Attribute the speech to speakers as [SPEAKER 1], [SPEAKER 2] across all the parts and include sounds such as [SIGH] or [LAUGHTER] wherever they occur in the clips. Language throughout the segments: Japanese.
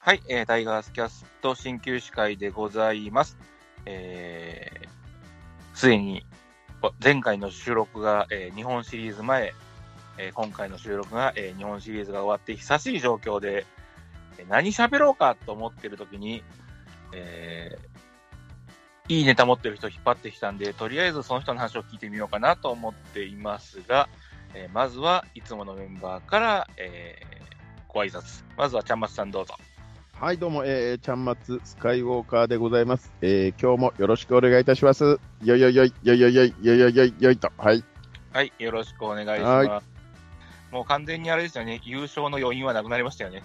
[SPEAKER 1] はい、えータイガースキャスト新旧司会でございます。えーついに、お前回の収録が、えー日本シリーズ前、えー今回の収録が、えー日本シリーズが終わって久しい状況で、えー何喋ろうかと思ってる時に、えーいいネタ持ってる人引っ張ってきたんで、とりあえずその人の話を聞いてみようかなと思っていますが、えーまずはいつものメンバーから、えーご挨拶。まずはちゃんまつさんどうぞ。
[SPEAKER 2] はい、どうも、えー、ちゃんまつスカイウォーカーでございます。えー、今日もよろしくお願いいたします。よいよいよい、よいよいよい、よいよいよい、よいと。はい。
[SPEAKER 1] はい、よろしくお願いし
[SPEAKER 2] は
[SPEAKER 1] ます。もう完全にあれですよね、優勝の余韻はなくなりましたよね。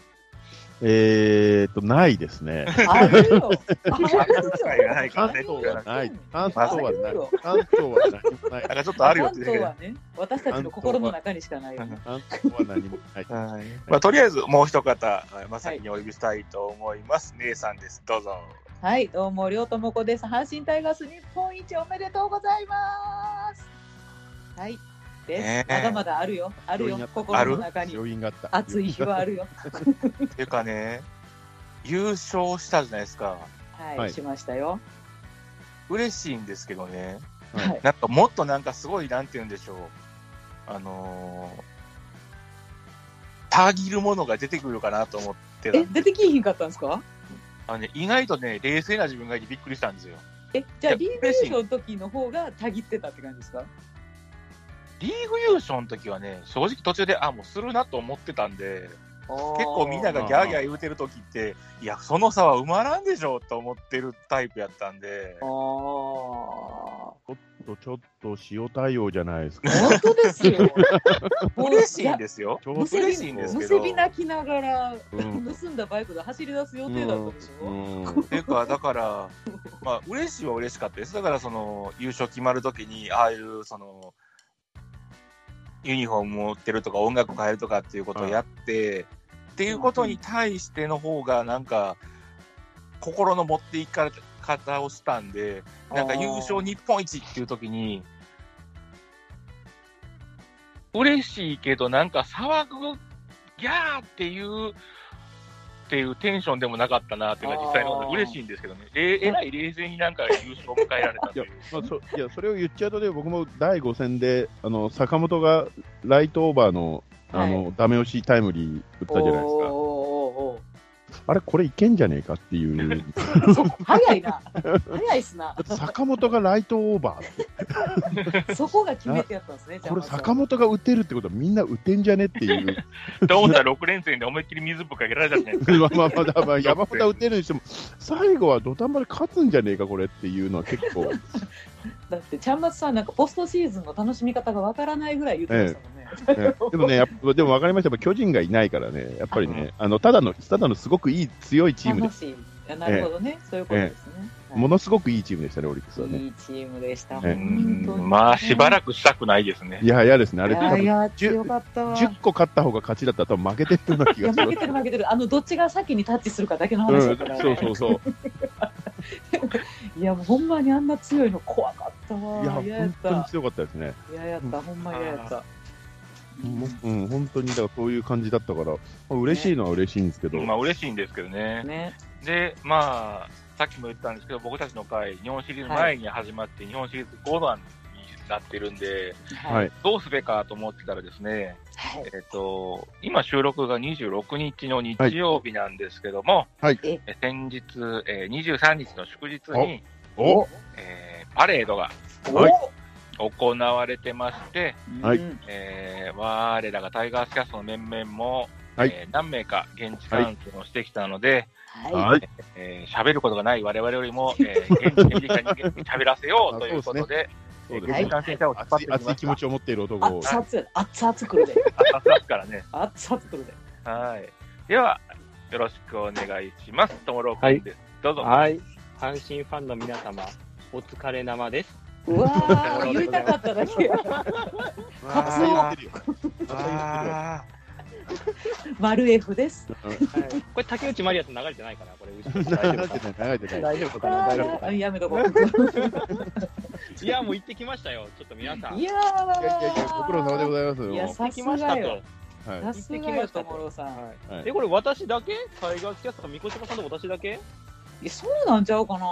[SPEAKER 2] えーっと、ないです
[SPEAKER 3] [LAUGHS]
[SPEAKER 2] ね。
[SPEAKER 3] あるよ。あるよ。
[SPEAKER 1] ない
[SPEAKER 2] 関
[SPEAKER 1] ね
[SPEAKER 2] 東はない。関東
[SPEAKER 3] あ
[SPEAKER 2] は
[SPEAKER 3] る
[SPEAKER 2] ない。
[SPEAKER 3] よ。
[SPEAKER 2] 関東は何もない
[SPEAKER 1] [LAUGHS] な。んかちょっとあ
[SPEAKER 3] 関
[SPEAKER 1] るよって言っ
[SPEAKER 3] 東
[SPEAKER 1] てた
[SPEAKER 3] はね、私たちの心の中にしかないよね。
[SPEAKER 2] 関東は何もない。
[SPEAKER 1] けど。はいまあ、とりあえずもう一方、まさきにお呼びしたいと思います。姉さんです、どうぞ。
[SPEAKER 3] はい、どうも、りょうともこです。阪神タイガース日本一おめでとうございます。はい。で、
[SPEAKER 1] ねえ
[SPEAKER 3] まだまだあるよ。 [LAUGHS] あるよ
[SPEAKER 2] 余韻が。
[SPEAKER 3] 心の中に。
[SPEAKER 2] 余韻があった。
[SPEAKER 3] 熱い日はあるよ。
[SPEAKER 1] っていうかね、優勝したじゃないですか。
[SPEAKER 3] はい、
[SPEAKER 2] はい
[SPEAKER 3] しましたよ。
[SPEAKER 1] 嬉しいんですけどね、
[SPEAKER 2] はい
[SPEAKER 3] はい。
[SPEAKER 1] なんかもっとなんかすごい、なんて言うんでしょう。あのー、たぎるものが出てくるかなと思ってた
[SPEAKER 3] え、出てきひんかったんですか
[SPEAKER 1] あのね、意外とね、冷静な自分がいてびっくりしたんですよ。
[SPEAKER 3] え、じゃあ、
[SPEAKER 1] い
[SPEAKER 3] リ
[SPEAKER 1] や
[SPEAKER 3] ーグ優勝の時の方がたぎってたって感じですか
[SPEAKER 1] リーグ優勝の時はね、正直途中で、あ、もうするなと思ってたんで、
[SPEAKER 3] 結
[SPEAKER 1] 結構みんながギャーギャー言うてる時って、いや、その差は埋まらんでしょうと思ってるタイプやったんで、
[SPEAKER 3] あー本
[SPEAKER 2] ちょっと塩対応じゃないですか。
[SPEAKER 3] 当ですよ。もう
[SPEAKER 1] 嬉しいんですよ。
[SPEAKER 2] ちょっ
[SPEAKER 3] む
[SPEAKER 2] と
[SPEAKER 3] せ
[SPEAKER 1] 嬉
[SPEAKER 3] び
[SPEAKER 1] しいんです
[SPEAKER 3] む
[SPEAKER 1] け
[SPEAKER 3] せ
[SPEAKER 1] ど。
[SPEAKER 3] び
[SPEAKER 1] っ
[SPEAKER 3] 泣きながら、
[SPEAKER 2] うん
[SPEAKER 3] 盗んだバイクで走り出す予定だったでしょ、
[SPEAKER 2] うん
[SPEAKER 1] ていうか、だから、まあ、嬉しいは嬉しかったです。だから、その、優勝決まる時に、ああいう、その、ユニフォーム持ってるとか、音楽変えるとかっていうことをやって、っていうことに対しての方が、なんか、心の持っていかれ方をしたんで、なんか優勝日本一っていう時に、嬉しいけど、なんか騒ぐ、ギャーっていう、っていうテンションでもなかったなっていうのは実際のところ
[SPEAKER 3] あー
[SPEAKER 1] 嬉しいんですけどね。ええらい冷静になんか優勝を迎えられた
[SPEAKER 2] い
[SPEAKER 1] とい
[SPEAKER 2] や
[SPEAKER 1] う。
[SPEAKER 2] まあ、そいやそれを言っちゃうとね、僕も第5戦であの坂本がライトオーバーのあの、ダメ押しタイムリー打ったじゃないですか、
[SPEAKER 3] おーおーおーお
[SPEAKER 2] あれ、これいけんじゃねえかって [LAUGHS] いう、
[SPEAKER 3] ーそこ早いな。早いっすな
[SPEAKER 2] だ。って坂本がライトオーバーって、
[SPEAKER 3] そこが決めてやったんですね。
[SPEAKER 2] これ、
[SPEAKER 3] 邪魔
[SPEAKER 2] 坂本が打てるってことは、みんな打てんじゃねって [LAUGHS] いう、
[SPEAKER 1] と思ったら6連戦で思いっきり水ぶっかけられたじゃないですか。
[SPEAKER 2] まあまあまあだからまあ、山本は打てるにしても、最後は土壇場で勝つんじゃねえか、これっていうのは結構、
[SPEAKER 3] だって、ちゃんまつさんなんかポストシーズンの楽しみ方がわからないぐらい言ってましたもんね。
[SPEAKER 2] ねでもね、やっぱでも分かりました、やっぱ巨人がいないからね、やっぱりね、あのただの、ただのすごくいい、強いチームで
[SPEAKER 3] 楽しい。あなるほどね、そういうことですね。はい
[SPEAKER 2] ものすごくいいチームでしたね、オリックスはね。
[SPEAKER 3] いいチームでした。
[SPEAKER 2] ええ
[SPEAKER 3] 本当に
[SPEAKER 1] まあ、しばらくしたくないですね
[SPEAKER 2] い。や、嫌ですね。あれ、
[SPEAKER 3] い
[SPEAKER 2] 多
[SPEAKER 3] やい
[SPEAKER 2] 分
[SPEAKER 3] や、強かったわ。
[SPEAKER 2] 10個勝った方が勝ちだったら、多分負けてるような気
[SPEAKER 3] いや
[SPEAKER 2] がする
[SPEAKER 3] 負け。てる負けてる、あのどっちが先にタッチするかだけの
[SPEAKER 2] うん、
[SPEAKER 3] 話だから、ね
[SPEAKER 2] そうそうそう。
[SPEAKER 3] [LAUGHS] いやもうほんまにあんな強いの怖かった
[SPEAKER 2] いや、
[SPEAKER 3] わ、嫌や
[SPEAKER 2] 本
[SPEAKER 3] っ
[SPEAKER 2] 当に
[SPEAKER 3] た、
[SPEAKER 2] 強かったですね。
[SPEAKER 3] 嫌やった、ほんま嫌やった。
[SPEAKER 2] もううん、本当に、だからそういう感じだったから、まあ嬉しいのは嬉しいんですけど、
[SPEAKER 1] まあ、嬉しいんですけどね。
[SPEAKER 3] ね、
[SPEAKER 1] で、まあ、さっきも言ったんですけど、僕たちの会、日本シリーズ前に始まって、日本シリーズ5段になってるんで、
[SPEAKER 2] はい。
[SPEAKER 1] どうすべかと思ってたらですね、
[SPEAKER 3] はい、
[SPEAKER 1] えっと、今収録が26日の日曜日なんですけども、
[SPEAKER 2] はい
[SPEAKER 3] え
[SPEAKER 1] え先日、えー23日の祝日に、
[SPEAKER 2] お
[SPEAKER 1] えーパレードが
[SPEAKER 2] はい
[SPEAKER 1] 行われてまして、
[SPEAKER 2] はい
[SPEAKER 3] うん
[SPEAKER 1] えー我らがタイガースキャストの面々も、
[SPEAKER 2] はい
[SPEAKER 1] えー何名か現地観戦をしてきたので、
[SPEAKER 3] は、
[SPEAKER 2] はいい。
[SPEAKER 1] えー喋ることがない我々よりも、えー、現地にいる人間に喋らせようということで、
[SPEAKER 2] そう
[SPEAKER 1] 現
[SPEAKER 2] です
[SPEAKER 1] 地
[SPEAKER 2] ね。
[SPEAKER 1] 感染者を引っ張っ
[SPEAKER 2] 熱
[SPEAKER 1] てきまし
[SPEAKER 2] い
[SPEAKER 1] た。
[SPEAKER 2] 熱い気持ちを持っている男を。
[SPEAKER 3] 熱々や、熱々くるで、
[SPEAKER 1] 熱々からね。
[SPEAKER 3] 熱々く
[SPEAKER 2] [LAUGHS]
[SPEAKER 3] るで、
[SPEAKER 1] はい。では、よろしくお願いします。ともろうくんです。どうぞ。
[SPEAKER 4] はい。阪神ファンの皆様、お疲れ生です。
[SPEAKER 3] うわー、言いたかっただけ、
[SPEAKER 2] 熱い言ってるよ。
[SPEAKER 1] あ
[SPEAKER 3] 丸 F です。
[SPEAKER 4] はい、これ、竹内まりやさん流れてないかなこれ、
[SPEAKER 3] [LAUGHS]
[SPEAKER 4] 後ろ
[SPEAKER 2] 流れ
[SPEAKER 4] 大丈夫か
[SPEAKER 2] てない、流れて
[SPEAKER 4] な
[SPEAKER 2] ない。
[SPEAKER 4] 大丈夫かな大丈夫
[SPEAKER 3] あ
[SPEAKER 4] か
[SPEAKER 3] ー
[SPEAKER 4] な
[SPEAKER 3] やめとこう。
[SPEAKER 4] いや、もう行ってきましたよ。ちょっと皆さん。
[SPEAKER 3] い
[SPEAKER 2] いやい
[SPEAKER 3] や
[SPEAKER 4] 行
[SPEAKER 2] やいや、
[SPEAKER 3] ー、
[SPEAKER 2] ご苦労様でございます
[SPEAKER 3] いや
[SPEAKER 2] もう。
[SPEAKER 3] さ
[SPEAKER 4] って
[SPEAKER 3] す
[SPEAKER 4] きまし
[SPEAKER 3] が
[SPEAKER 4] たと
[SPEAKER 3] よ。。
[SPEAKER 2] はい
[SPEAKER 3] さすがよ、ともろさん。
[SPEAKER 4] は
[SPEAKER 2] はい
[SPEAKER 4] い、え、これ私だけタイガースキャスター、三越島さんと私だけ
[SPEAKER 3] いや、そうなんちゃうかな。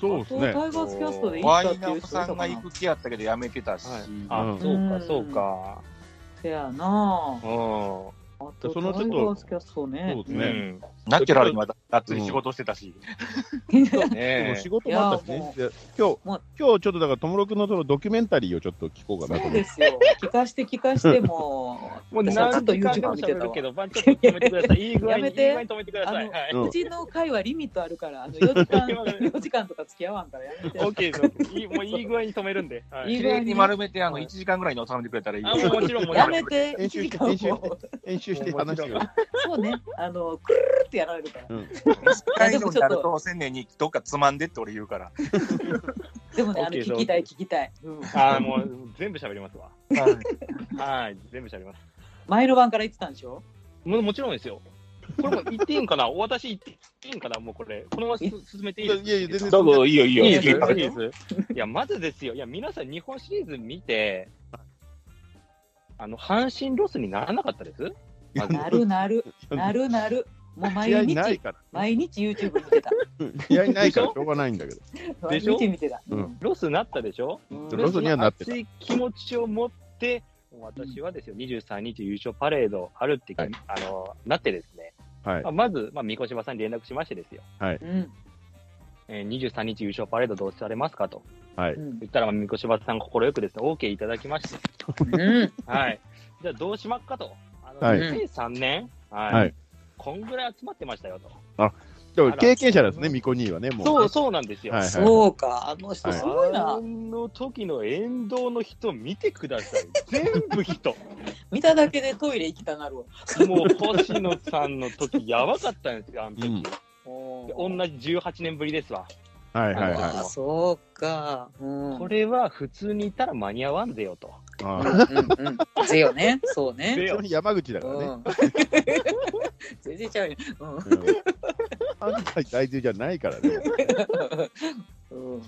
[SPEAKER 2] そうです
[SPEAKER 3] タイ
[SPEAKER 2] ね。
[SPEAKER 3] ガースキャストで行
[SPEAKER 1] ワ
[SPEAKER 3] ったっ
[SPEAKER 1] イ
[SPEAKER 3] て
[SPEAKER 1] ナ
[SPEAKER 3] いう
[SPEAKER 1] ム
[SPEAKER 3] 人い
[SPEAKER 1] さ
[SPEAKER 3] たか
[SPEAKER 1] んが行
[SPEAKER 3] な。
[SPEAKER 1] く気やったけどやめてたし、
[SPEAKER 4] あ、
[SPEAKER 2] うん
[SPEAKER 4] そう
[SPEAKER 3] う
[SPEAKER 4] か、
[SPEAKER 3] ん
[SPEAKER 4] そうか。
[SPEAKER 3] せやな
[SPEAKER 4] うん。そ
[SPEAKER 3] あと、
[SPEAKER 2] そのちょっと
[SPEAKER 3] タイガースキャスト
[SPEAKER 2] そう
[SPEAKER 3] ね
[SPEAKER 2] で。すね。
[SPEAKER 1] ナチュラルにまたがっつり仕事してたし、
[SPEAKER 4] うん。
[SPEAKER 2] でも
[SPEAKER 4] ね
[SPEAKER 2] 仕事もあったし
[SPEAKER 3] いや
[SPEAKER 2] ね
[SPEAKER 3] も。
[SPEAKER 2] で今日、
[SPEAKER 3] も
[SPEAKER 2] 今
[SPEAKER 3] う
[SPEAKER 2] 日ちょっとだから、ともろくんのそのドキュメンタリーをちょっと聞こうかなと
[SPEAKER 3] そ
[SPEAKER 2] 思
[SPEAKER 3] う
[SPEAKER 2] っ
[SPEAKER 3] で
[SPEAKER 2] て。
[SPEAKER 3] すよ。聞かして聞かしてもう、
[SPEAKER 4] もう
[SPEAKER 3] 私はずっ
[SPEAKER 4] 何
[SPEAKER 3] と
[SPEAKER 4] 時間で
[SPEAKER 3] YouTube
[SPEAKER 4] も
[SPEAKER 3] 見て
[SPEAKER 4] 喋
[SPEAKER 3] た
[SPEAKER 4] る
[SPEAKER 3] わ
[SPEAKER 4] け。ど、番ちょっと止めてくださ
[SPEAKER 3] [LAUGHS]
[SPEAKER 4] い。いい具合に、
[SPEAKER 3] や
[SPEAKER 4] い
[SPEAKER 3] め
[SPEAKER 4] い
[SPEAKER 3] て
[SPEAKER 4] 具合に止めてくださ
[SPEAKER 3] [LAUGHS]
[SPEAKER 4] い。はい。
[SPEAKER 2] うん
[SPEAKER 3] うちの会はリミットあるから、
[SPEAKER 2] [LAUGHS]
[SPEAKER 3] あの4時間、4時間とか付き合わんからやめて。
[SPEAKER 4] オッケーです。いいもういい具合に止めるんで。はい
[SPEAKER 3] い
[SPEAKER 1] 綺麗に丸めてあの
[SPEAKER 4] はい
[SPEAKER 1] 1時間ぐらいに収めてくれたらいい
[SPEAKER 4] あ、もうもちろん、もち
[SPEAKER 3] や
[SPEAKER 4] ろん。
[SPEAKER 3] めて、1
[SPEAKER 2] 編集
[SPEAKER 3] 時
[SPEAKER 2] して
[SPEAKER 3] 間も。
[SPEAKER 2] 編集して話してください。
[SPEAKER 3] そうね、あの、くるるってやられるから。
[SPEAKER 1] 1回以上になると千年にどっかつまんでって俺言うから。
[SPEAKER 3] でもね、あの、
[SPEAKER 4] OK
[SPEAKER 3] 聞きたい、聞きたい。うん
[SPEAKER 4] あー、もう全部喋りますわ。
[SPEAKER 1] はい
[SPEAKER 4] はい、全部喋ります。
[SPEAKER 3] マイル版から言ってたんでしょ
[SPEAKER 4] ももちろんですよ。これも言っていいんかな [LAUGHS] お私言っていいんかなもうこれ。このまます進めていいです
[SPEAKER 2] いやいや全然
[SPEAKER 5] どうぞ、いいよ、いいよ。
[SPEAKER 4] いいです
[SPEAKER 3] いいよ
[SPEAKER 4] いいですいや、まずですよ。いや、皆さん日本シリーズ見て、あの、阪神ロスにならなかったですまず
[SPEAKER 3] なるなる、なるなる。もう
[SPEAKER 2] 試合
[SPEAKER 3] 毎
[SPEAKER 2] ない
[SPEAKER 3] 日、
[SPEAKER 2] から。
[SPEAKER 3] 毎日 YouTube 見てた。
[SPEAKER 2] 試合ないからしょうがないんだけど。
[SPEAKER 3] 毎
[SPEAKER 4] でしょ
[SPEAKER 3] 日見てた。うん
[SPEAKER 4] ロスなったでしょ
[SPEAKER 2] ロスにはなってた
[SPEAKER 4] 熱い気持ちを持って、私はですよ、23日優勝パレードあるって、
[SPEAKER 2] はい
[SPEAKER 4] あの、なってですね、
[SPEAKER 2] はい
[SPEAKER 4] まあ、まず、まあ、三越島さんに連絡しましてですよ、
[SPEAKER 3] うん。
[SPEAKER 4] えー、23日優勝パレードどうされますかと
[SPEAKER 2] はい。
[SPEAKER 3] うん
[SPEAKER 4] 言ったら、まあ、三越島さん快くですね、OK いただきまして、
[SPEAKER 3] うん。
[SPEAKER 2] [LAUGHS]
[SPEAKER 4] はい。じゃあどうしますかと。あの、
[SPEAKER 2] はい
[SPEAKER 4] 2003年、はい、
[SPEAKER 2] はい
[SPEAKER 4] こんぐらい集まってましたよと。
[SPEAKER 2] でも経験者ですね、ミコニーはね、もう。
[SPEAKER 4] そう、そうなんですよ。
[SPEAKER 2] はいはい
[SPEAKER 3] そうか、あの人
[SPEAKER 2] はい
[SPEAKER 3] すごい
[SPEAKER 4] あ
[SPEAKER 3] な。
[SPEAKER 4] の時の沿道の人見てくだ
[SPEAKER 2] [LAUGHS]
[SPEAKER 4] さい。全部人。
[SPEAKER 3] 見ただけでトイレ行きたなるわ。
[SPEAKER 4] もう星野さんの時やばかったんですよ、あの時。
[SPEAKER 2] うん
[SPEAKER 4] で同じ18年ぶりですわ。
[SPEAKER 2] はいはい
[SPEAKER 3] あ
[SPEAKER 2] は
[SPEAKER 3] あそうか。うん
[SPEAKER 4] これは普通にいたら間に合わんぜよと。
[SPEAKER 2] い。
[SPEAKER 3] う
[SPEAKER 2] あ
[SPEAKER 3] ん
[SPEAKER 2] あ
[SPEAKER 3] うんうん。ぜよね。そうね。 [LAUGHS]
[SPEAKER 4] で
[SPEAKER 2] 非常
[SPEAKER 4] よ
[SPEAKER 2] に山口だから
[SPEAKER 3] う
[SPEAKER 2] ね。
[SPEAKER 3] [LAUGHS] ん全然ちゃうよ。う
[SPEAKER 2] [LAUGHS]
[SPEAKER 3] ん
[SPEAKER 2] うん関西在住じゃないからね。
[SPEAKER 3] うん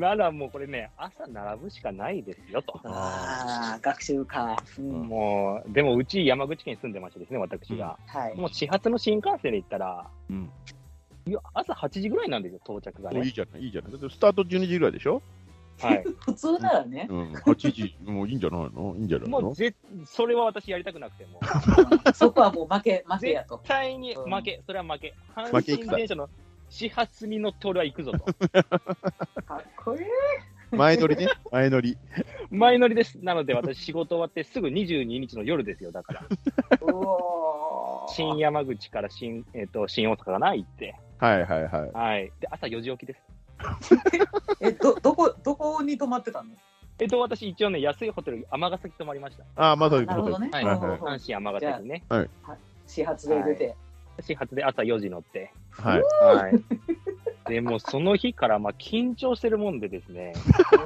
[SPEAKER 4] ならもうこれね、朝並ぶしかないですよと。
[SPEAKER 3] ああ、学習か。うん
[SPEAKER 4] もう、でもうち山口県に住んでましてですね、私が。
[SPEAKER 3] はい。
[SPEAKER 4] もう始発の新幹線で行ったら、
[SPEAKER 2] うん
[SPEAKER 4] いや朝8時ぐらいなんですよ、到着が
[SPEAKER 2] もうい
[SPEAKER 4] ね
[SPEAKER 2] い。じゃない、いいじゃない。だってスタート12時ぐらいでしょ
[SPEAKER 4] はい、
[SPEAKER 3] 普通ならね。
[SPEAKER 2] うん、8時、もういいんじゃないのいいんじゃない
[SPEAKER 4] もう
[SPEAKER 2] の
[SPEAKER 4] ぜそれは私やりたくなくても、
[SPEAKER 3] そこはもう負け、負け
[SPEAKER 4] 絶
[SPEAKER 3] やと。
[SPEAKER 4] 対に負け、それは負け。阪神電車の始発に乗って俺は行くぞと。
[SPEAKER 3] かっこいい。
[SPEAKER 2] 前乗りね、前乗り。
[SPEAKER 4] 前乗りです。なので私仕事終わってすぐ22日の夜ですよ、だから。
[SPEAKER 3] うおー
[SPEAKER 4] 新山口から新、えっと新大阪かな、行って。
[SPEAKER 2] はいはいはい。
[SPEAKER 4] はい。で、朝4時起きです。
[SPEAKER 3] え、ど、どこ、どこに泊まってたの
[SPEAKER 4] えっと、私一応ね、安いホテル、尼崎泊まりました。
[SPEAKER 2] ああ、まさに
[SPEAKER 3] なるほどね。
[SPEAKER 4] はい
[SPEAKER 2] はい
[SPEAKER 3] うん
[SPEAKER 4] 阪神尼崎にね。
[SPEAKER 3] 始発で出て。
[SPEAKER 4] 始発で朝4時乗って。
[SPEAKER 2] はい。
[SPEAKER 4] はい。 [LAUGHS] でもうその日からまあ緊張してるもんでですね、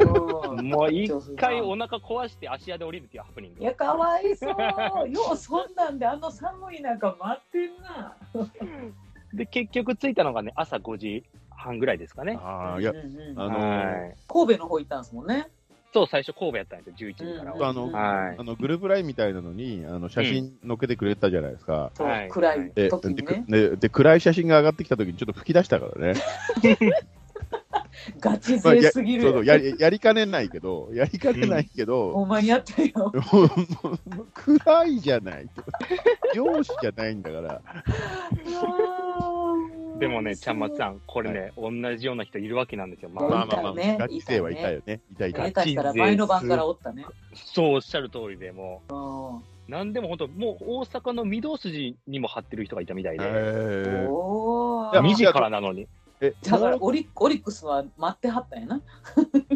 [SPEAKER 3] うん
[SPEAKER 4] もう一回お腹壊して足屋で降りるっていうハプニン
[SPEAKER 3] い
[SPEAKER 4] グ。
[SPEAKER 3] や、かわいそう。よう、そんなんで、あの寒い中待ってんな。
[SPEAKER 4] で、結局着いたのがね、朝5時半ぐらいですかね。
[SPEAKER 2] ああ、いや
[SPEAKER 3] う、んうん
[SPEAKER 2] あのー
[SPEAKER 4] はい。
[SPEAKER 3] 神戸の方行ったんですもんね。
[SPEAKER 4] そう、最初神戸やったんですよ、11時から
[SPEAKER 2] ちょっと
[SPEAKER 4] は。
[SPEAKER 2] あの
[SPEAKER 3] うん
[SPEAKER 4] はい
[SPEAKER 2] あ。のグループラインみたいなのにあの写真載っけてくれたじゃないですか。
[SPEAKER 3] そう
[SPEAKER 4] はい
[SPEAKER 3] 暗い
[SPEAKER 2] で
[SPEAKER 3] 時に
[SPEAKER 2] で
[SPEAKER 3] ね。
[SPEAKER 2] でで暗い写真が上がってきた時にちょっと吹き出したからね。
[SPEAKER 3] ガチ勢すぎ
[SPEAKER 2] そうそう
[SPEAKER 3] る。
[SPEAKER 2] やりやりかねないけど、やりかねないけど、
[SPEAKER 3] ほんまにあったよ。
[SPEAKER 2] もうもう暗いじゃないと。容姿じゃないんだから。
[SPEAKER 4] でもね、ちゃんまつ
[SPEAKER 3] ん。
[SPEAKER 4] さん、これね、同じような人いるわけなんですよ。ま
[SPEAKER 3] ま
[SPEAKER 2] ま
[SPEAKER 3] あ
[SPEAKER 2] あ
[SPEAKER 3] ま
[SPEAKER 2] ま
[SPEAKER 3] あ
[SPEAKER 2] あ
[SPEAKER 3] ま
[SPEAKER 2] ま
[SPEAKER 3] あ
[SPEAKER 2] あ、
[SPEAKER 3] ね
[SPEAKER 2] ガチ勢はいたよね。いたいた。
[SPEAKER 3] 下手したら前の晩からおったね。
[SPEAKER 4] そうおっしゃる通りで、も
[SPEAKER 3] うんお
[SPEAKER 4] う、なんでも本当、もう大阪の御堂筋にも張ってる人がいたみたい
[SPEAKER 2] へ
[SPEAKER 4] で、
[SPEAKER 2] ー
[SPEAKER 3] お
[SPEAKER 2] いや
[SPEAKER 3] ー。
[SPEAKER 4] 2時からなのに。
[SPEAKER 2] え、
[SPEAKER 3] だからオリオリックスは待ってはったんやな。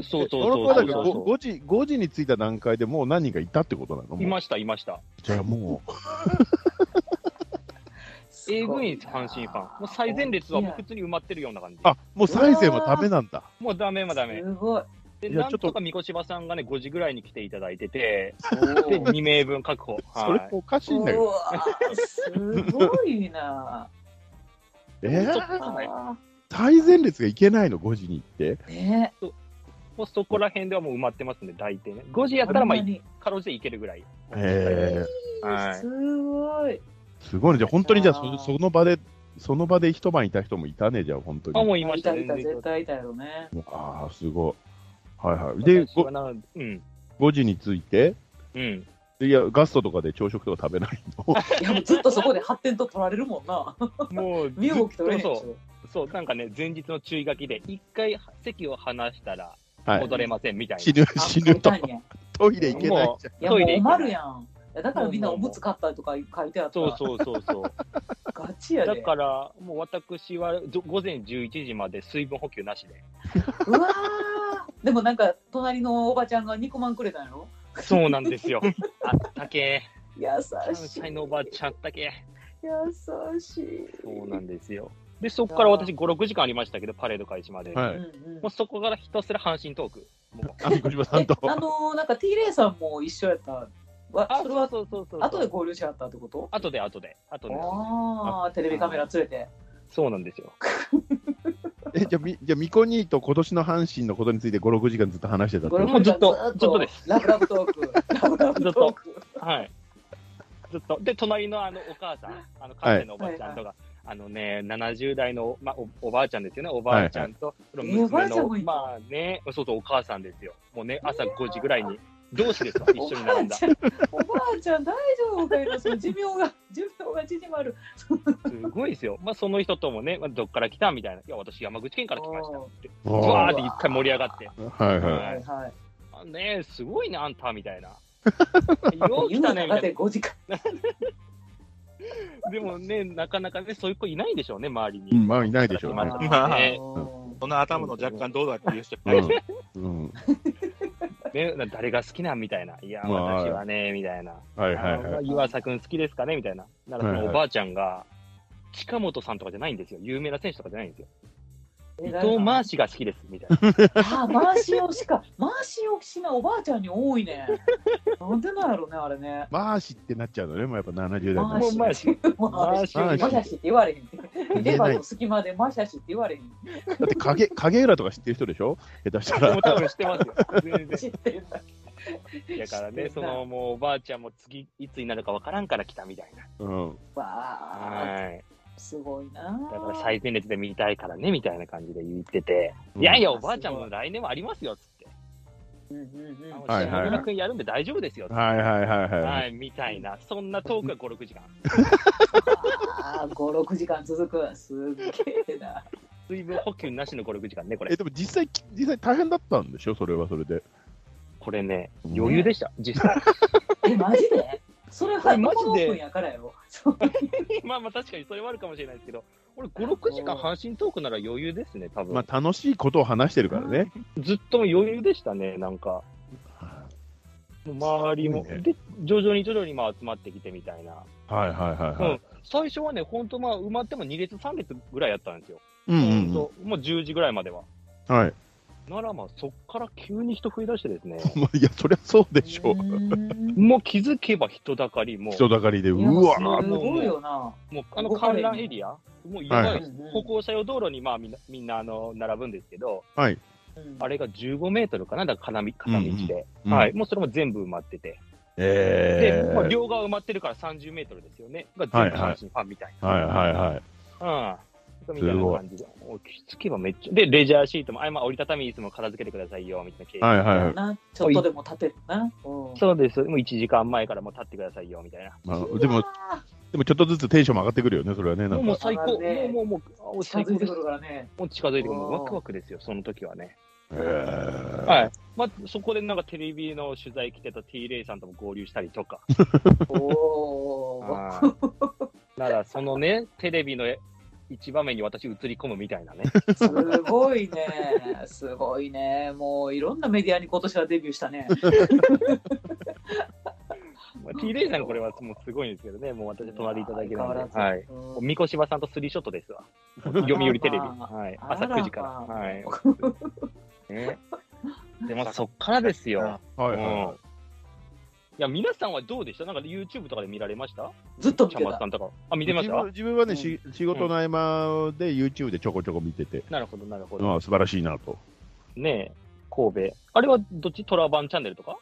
[SPEAKER 4] そうそう
[SPEAKER 2] モロッコ
[SPEAKER 4] そう
[SPEAKER 2] は
[SPEAKER 4] そ
[SPEAKER 2] だ
[SPEAKER 4] う
[SPEAKER 2] けど
[SPEAKER 4] そう
[SPEAKER 2] ご 5, 時5時に着いた段階でもう何人かいたってことなのもう
[SPEAKER 4] いました、いました。
[SPEAKER 2] じゃあもう、
[SPEAKER 4] えぐいんです、阪神ファン。もう最前列はもう普通に埋まってるような感じ。
[SPEAKER 2] あもう再生はダメなんだ。
[SPEAKER 4] もうダメはダメ
[SPEAKER 3] す。ごい。
[SPEAKER 4] で、
[SPEAKER 2] いや
[SPEAKER 4] なん
[SPEAKER 2] ちょ
[SPEAKER 4] と
[SPEAKER 2] っ
[SPEAKER 4] か
[SPEAKER 2] と
[SPEAKER 4] 三越島さんがね、5時ぐらいに来ていただいてて、で、
[SPEAKER 3] お
[SPEAKER 4] 2名分確保。
[SPEAKER 2] それ
[SPEAKER 4] は
[SPEAKER 2] おかしいんだけ
[SPEAKER 3] う
[SPEAKER 2] ど。
[SPEAKER 3] わーすごいな。
[SPEAKER 2] えー
[SPEAKER 4] ちょっと
[SPEAKER 3] あ
[SPEAKER 4] はい
[SPEAKER 3] ー
[SPEAKER 2] 最前列がいけないの、5時に行って。
[SPEAKER 3] ね
[SPEAKER 4] い。もうそこら辺ではもう埋まってますんで、大体ね。5時やったら、まあ、かろうじていけるぐらい。
[SPEAKER 2] へえ
[SPEAKER 4] はい
[SPEAKER 3] すごい。
[SPEAKER 2] すごいね。じゃあ本当にじゃあ
[SPEAKER 3] あー
[SPEAKER 2] そその場で、その場で一晩いた人もいたね、じゃあ本当に。
[SPEAKER 4] あ、も
[SPEAKER 2] う
[SPEAKER 4] ういま
[SPEAKER 3] い
[SPEAKER 4] した、
[SPEAKER 3] たいた、
[SPEAKER 4] 全然
[SPEAKER 3] 絶対いたよね。
[SPEAKER 2] ああ、すごい。はいはい。で、
[SPEAKER 4] 私
[SPEAKER 2] ご
[SPEAKER 4] はなうん。
[SPEAKER 2] 5時に着いて、
[SPEAKER 3] [LAUGHS]
[SPEAKER 4] うん。
[SPEAKER 2] でいや、ガストとかで朝食とか食べないの
[SPEAKER 3] いや、もうずっとそこで発展と取られるもん [LAUGHS] な。
[SPEAKER 4] もう、ず
[SPEAKER 3] 身動き
[SPEAKER 4] っ
[SPEAKER 3] 取れ
[SPEAKER 4] と
[SPEAKER 3] へんし
[SPEAKER 4] そう。そう、なんかね、前日の注意書きで、一回席を離したら
[SPEAKER 2] はい。
[SPEAKER 4] 戻れませんみたい
[SPEAKER 2] 死ぬ、
[SPEAKER 3] あ
[SPEAKER 2] 死ぬと
[SPEAKER 3] 書い。たんや
[SPEAKER 2] トイレ行けない
[SPEAKER 4] も
[SPEAKER 2] じゃ
[SPEAKER 3] いや、も
[SPEAKER 4] ト
[SPEAKER 3] う
[SPEAKER 4] イレ行けな
[SPEAKER 3] 困
[SPEAKER 4] い
[SPEAKER 3] るやん。いやだからみんなおむつ買ったりとか書いてあった
[SPEAKER 4] な。
[SPEAKER 3] ら、
[SPEAKER 4] そうそうそうそう。
[SPEAKER 3] ガチや
[SPEAKER 4] だ
[SPEAKER 3] で。
[SPEAKER 4] から、もう私はぞ午前11時まで水分補給なしで。
[SPEAKER 3] うわーでもなんか、隣のおばちゃんが肉まんくれたんやろ
[SPEAKER 4] そうなんですよ。 [LAUGHS] あったけ
[SPEAKER 3] 優
[SPEAKER 4] ー。
[SPEAKER 3] しい。
[SPEAKER 4] 才能ばっちゃんあったけー。
[SPEAKER 3] 優しい。
[SPEAKER 4] そうなんですよ。で、そこから私5、6時間ありましたけど、パレード開始まで。
[SPEAKER 2] ん。は
[SPEAKER 3] う
[SPEAKER 2] い。
[SPEAKER 3] んうん
[SPEAKER 4] もうそこからひたすら阪神トーク。もう
[SPEAKER 2] あ、小島さん
[SPEAKER 3] え [LAUGHS]
[SPEAKER 2] と。
[SPEAKER 3] あのーなんか T レイさんも一緒やった。わ
[SPEAKER 4] あ、
[SPEAKER 3] そ
[SPEAKER 4] そ
[SPEAKER 3] れ
[SPEAKER 4] れ
[SPEAKER 3] は
[SPEAKER 4] はそうそうそうそう。
[SPEAKER 3] 後で合流しはったってこと
[SPEAKER 4] 後で、後で、後で。
[SPEAKER 3] ああ、テレビカメラ連れて。
[SPEAKER 4] そうなんですよ。
[SPEAKER 2] え、じゃあ、み、じゃあ、ミコニーと今年の阪神のことについて5、6時間ずっと話してたって
[SPEAKER 3] ゴル
[SPEAKER 2] こ
[SPEAKER 3] フ部
[SPEAKER 4] ず
[SPEAKER 3] 長
[SPEAKER 4] っと
[SPEAKER 3] ずっと
[SPEAKER 4] ずっとで
[SPEAKER 3] ラブラブトーク。ラブラブトーク。
[SPEAKER 4] はい。ずっと。で、隣のあのお母さん、あの関西のおばあちゃんとか、あのね、70代の、まあお、おばあちゃんですよね、おばあちゃんと、その
[SPEAKER 3] えおばあちゃんもいる
[SPEAKER 4] まあね、そうそう、お母さんですよ。もうね、朝5時ぐらいに、同
[SPEAKER 3] [LAUGHS]
[SPEAKER 4] 志ですわ、
[SPEAKER 3] お
[SPEAKER 4] 一緒に
[SPEAKER 3] ば
[SPEAKER 4] 並
[SPEAKER 3] あ
[SPEAKER 4] んだ。
[SPEAKER 3] ちゃん、おばあちゃん大丈夫かいな、その寿命
[SPEAKER 4] [LAUGHS]
[SPEAKER 3] が、寿命が縮まる。
[SPEAKER 4] すごいですよ。まあ、その人ともね、まあ、どっから来たみたいな。いや、私、山口県から来ました
[SPEAKER 3] おー
[SPEAKER 4] って。
[SPEAKER 2] と
[SPEAKER 4] うわ
[SPEAKER 2] は
[SPEAKER 4] ーで一回盛り上がって。
[SPEAKER 2] いはい。
[SPEAKER 3] はいはい。
[SPEAKER 4] あねえ、すごいね、あんた、みた
[SPEAKER 3] [LAUGHS]
[SPEAKER 4] いな。よう来たね、み
[SPEAKER 3] だ
[SPEAKER 4] た
[SPEAKER 3] っ
[SPEAKER 4] い
[SPEAKER 3] て5時間。
[SPEAKER 4] な。でもね、なかなかね、そういう子いないんでしょうね、周りに。
[SPEAKER 2] うん、まあ、いないでしょう
[SPEAKER 4] ま
[SPEAKER 2] ね。
[SPEAKER 4] あ
[SPEAKER 3] あ
[SPEAKER 4] ね
[SPEAKER 3] ー
[SPEAKER 1] その頭の若干どうだっていう人
[SPEAKER 2] うんうん。
[SPEAKER 4] ね、な誰が好きなんみたいな。いや、
[SPEAKER 2] まあ
[SPEAKER 4] 私はね、みたいな。
[SPEAKER 2] はいはい
[SPEAKER 4] あ
[SPEAKER 2] は
[SPEAKER 4] の
[SPEAKER 2] い。
[SPEAKER 4] 岩佐君好きですかねみたいな。ならそ
[SPEAKER 2] はいは
[SPEAKER 4] の
[SPEAKER 2] い
[SPEAKER 4] おばあちゃんが、近本さんとかじゃないんですよ。有名な選手とかじゃないんですよ。
[SPEAKER 3] え
[SPEAKER 4] 伊
[SPEAKER 3] 誰
[SPEAKER 4] 藤
[SPEAKER 3] だ
[SPEAKER 4] マーシが好きです、みたい
[SPEAKER 2] [LAUGHS]
[SPEAKER 4] な。
[SPEAKER 3] あーマーシー推しか。マーシー推しなおばあちゃんに多いね。なんでなんやろね、あれね。
[SPEAKER 2] マーシってなっちゃうのね、もうやっぱ70代
[SPEAKER 3] マ
[SPEAKER 2] の。
[SPEAKER 4] もうマ
[SPEAKER 3] ー
[SPEAKER 4] ー
[SPEAKER 3] シ
[SPEAKER 4] シ
[SPEAKER 3] ー。マ
[SPEAKER 4] マ
[SPEAKER 3] ーシ
[SPEAKER 4] ーシが
[SPEAKER 3] ーマシャシって言われへんって。
[SPEAKER 2] 言
[SPEAKER 3] レ
[SPEAKER 2] え
[SPEAKER 3] バ
[SPEAKER 2] な
[SPEAKER 3] ー
[SPEAKER 2] い
[SPEAKER 3] の。隙間でマシャシって言われへん。
[SPEAKER 2] だって影、影浦とか知ってる人でしょ下手した
[SPEAKER 4] で
[SPEAKER 2] ら
[SPEAKER 4] も。多分知ってますよ。全
[SPEAKER 3] 知ってるんだ。
[SPEAKER 4] 然。だから
[SPEAKER 3] 知
[SPEAKER 4] ね
[SPEAKER 3] っ、て
[SPEAKER 4] そ
[SPEAKER 3] んな
[SPEAKER 4] のもうおばあちゃんも次いつになるかわからんから来たみたい
[SPEAKER 2] う
[SPEAKER 4] な。
[SPEAKER 2] ん。
[SPEAKER 3] わあ、
[SPEAKER 4] はい。
[SPEAKER 3] すごいな
[SPEAKER 4] だから最前列で見たいからね、みたいな感じで言ってて。いやいや、おばあちゃんも来年もありますよ、つって。
[SPEAKER 3] うんうんうん
[SPEAKER 4] あ
[SPEAKER 2] はいはいはい
[SPEAKER 4] 島村君やるんで大丈夫ですよ、つって
[SPEAKER 2] はいはいはいはい。
[SPEAKER 4] はい、みたいな。そんなトークが5、6時間。
[SPEAKER 3] ああ、5、6時間続く。すっげえな。
[SPEAKER 4] 水分補給なしの5、6時間ね、これ
[SPEAKER 2] え、。でも実際、実際大変だったんでしょそれはそれで。
[SPEAKER 4] これね、
[SPEAKER 2] うん
[SPEAKER 4] 余裕でした、実
[SPEAKER 2] [LAUGHS]
[SPEAKER 4] 際。
[SPEAKER 3] え、マジでそれ
[SPEAKER 4] こ
[SPEAKER 3] は
[SPEAKER 4] れマジで
[SPEAKER 3] オープンやからやろ。そう
[SPEAKER 4] まあまあ確かにそれはあるかもしれないですけど、俺5、6時間阪神トークなら余裕ですね、多分。
[SPEAKER 2] まあ、楽しいことを話してるからね。
[SPEAKER 4] ずっと余裕でしたね、なんか。もう周りも、
[SPEAKER 2] すごいね
[SPEAKER 4] で、徐々に徐々にまあ集まってきてみたいな。
[SPEAKER 2] はいはいはいは
[SPEAKER 4] うん
[SPEAKER 2] い。。
[SPEAKER 4] 最初はね、ほんとまあ埋まっても2列3列ぐらいやったんですよ。
[SPEAKER 2] うん
[SPEAKER 4] ほ
[SPEAKER 2] うんん
[SPEAKER 4] と、もう10時ぐらいまでは。
[SPEAKER 2] うん。はい。 [LAUGHS]
[SPEAKER 4] ならまあそっから急に人増え出してですね、
[SPEAKER 2] まあ、いや、そりゃそうでしょ
[SPEAKER 3] う
[SPEAKER 2] う。
[SPEAKER 3] ーん
[SPEAKER 4] もう気づけば人だかり、も
[SPEAKER 2] 人だかりで、う
[SPEAKER 3] いや
[SPEAKER 2] わ
[SPEAKER 3] す
[SPEAKER 2] ー
[SPEAKER 3] ごいよな。
[SPEAKER 4] う、もうあの観覧エリア、もうやばいです。
[SPEAKER 3] うんうん
[SPEAKER 4] 歩行者用道路にまあみんな、みんなあの、並ぶんですけど、
[SPEAKER 2] はい。
[SPEAKER 4] あれが15メートルかな、だから片道片道で、
[SPEAKER 2] うん
[SPEAKER 4] はい、。もうそれも全部埋まってて、
[SPEAKER 2] え
[SPEAKER 4] で
[SPEAKER 2] え。
[SPEAKER 4] まあ、
[SPEAKER 2] はい
[SPEAKER 4] 両側埋まってるから30メートルですよね、が全部阪神ファンみたいな。
[SPEAKER 2] はいはい。
[SPEAKER 4] うんみたいな感じで、お気づけばめっちゃ、で、レジャーシートも、あ、まあ、折りたたみいつも片付けてくださいよ、みたいな形
[SPEAKER 2] はいはいはい。
[SPEAKER 3] なちょっとでも立てるな。うん
[SPEAKER 4] そうです、もう1時間前からもう立ってくださいよ、みたいな。
[SPEAKER 2] まあ、でも、でもちょっとずつテンションも上がってくるよね、それはね。な
[SPEAKER 4] もうんもう
[SPEAKER 2] か。
[SPEAKER 4] 最
[SPEAKER 3] 上が
[SPEAKER 4] 高、
[SPEAKER 3] るね
[SPEAKER 4] もうもうもう、
[SPEAKER 3] 近
[SPEAKER 4] 最
[SPEAKER 3] づい
[SPEAKER 4] 高
[SPEAKER 3] て
[SPEAKER 4] です
[SPEAKER 3] く。るからね。
[SPEAKER 4] もう近づいてくる、もう
[SPEAKER 3] おー
[SPEAKER 4] ワクワクですよ、その時はね。
[SPEAKER 2] えー
[SPEAKER 4] はい。まあ、そこでなんかテレビの取材来てた T レイさんとも合流したりとか、
[SPEAKER 3] おー
[SPEAKER 4] なら、そのね、テレビの一場面に私映り込むみたいな [LAUGHS] ね。
[SPEAKER 3] すごいね。すごいね。もういろんなメディアに今年はデビューしたね。
[SPEAKER 4] まあ T レイさんこれはもうすごいんですけどね、もう私隣いただけ
[SPEAKER 3] 変わ
[SPEAKER 4] な
[SPEAKER 3] ら
[SPEAKER 4] ん
[SPEAKER 3] ず
[SPEAKER 4] で。はい。
[SPEAKER 3] うん
[SPEAKER 4] もう三越場さんとスリーショットですわ。読売テレビ。はい。
[SPEAKER 3] あら
[SPEAKER 4] 朝
[SPEAKER 3] まあ
[SPEAKER 4] 9時から。はい。ね、でもそっからですよ。
[SPEAKER 2] はい
[SPEAKER 4] うん
[SPEAKER 2] はい
[SPEAKER 4] や、皆さんはどうでしたなんか YouTube とかで見られました
[SPEAKER 3] ずっと見
[SPEAKER 4] ちゃ
[SPEAKER 3] て
[SPEAKER 4] まつ
[SPEAKER 3] た
[SPEAKER 4] さ。んとか。あ、見
[SPEAKER 2] い。
[SPEAKER 4] てまし
[SPEAKER 2] 自
[SPEAKER 4] た
[SPEAKER 2] 分自分はね、し仕事の合間で YouTube でちょこちょこ見てて、
[SPEAKER 4] なるほど、なるほど。
[SPEAKER 2] まあ素晴らしいなと。
[SPEAKER 4] ねえ。神戸。あれはどっちトラバンチャンネルとか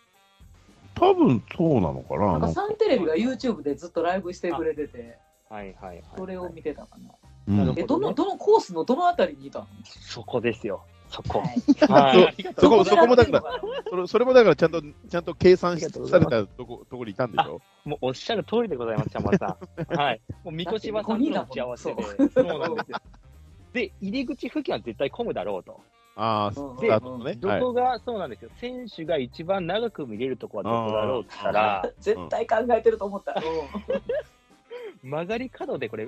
[SPEAKER 2] 多分そうなのかな。
[SPEAKER 3] なん
[SPEAKER 2] な
[SPEAKER 3] か
[SPEAKER 2] んか
[SPEAKER 3] サンテレビが YouTube でずっとライブしてくれてて、
[SPEAKER 4] はいはいはい。
[SPEAKER 3] それを見てたかな。
[SPEAKER 2] うん
[SPEAKER 4] なるほ
[SPEAKER 3] え、どの、どのコースのどのあたりにいたの
[SPEAKER 4] そこですよ。そこ。
[SPEAKER 3] はい
[SPEAKER 4] はい。
[SPEAKER 2] そこそこもだから
[SPEAKER 3] ら。
[SPEAKER 2] それそれもだからちゃんとちゃんと計算し
[SPEAKER 4] ありがとうご
[SPEAKER 2] さ
[SPEAKER 4] ざい
[SPEAKER 2] れ
[SPEAKER 4] ます
[SPEAKER 2] たとことこにいたんでしょ
[SPEAKER 4] もうおっしゃる通りでございます、山田さん。はい。もう、三越場さんとの打ち合わせで。そうなんですよ。で、入り口付近は絶対混むだろうと。
[SPEAKER 2] ああ、ス
[SPEAKER 3] うん
[SPEAKER 2] タートのね。
[SPEAKER 4] ど
[SPEAKER 2] はい
[SPEAKER 4] こが、そうなんですよ。選手が一番長く見れるとこはどこだろうって言ったら、
[SPEAKER 3] 絶対考えてると思った。
[SPEAKER 4] 曲がり角でこれ、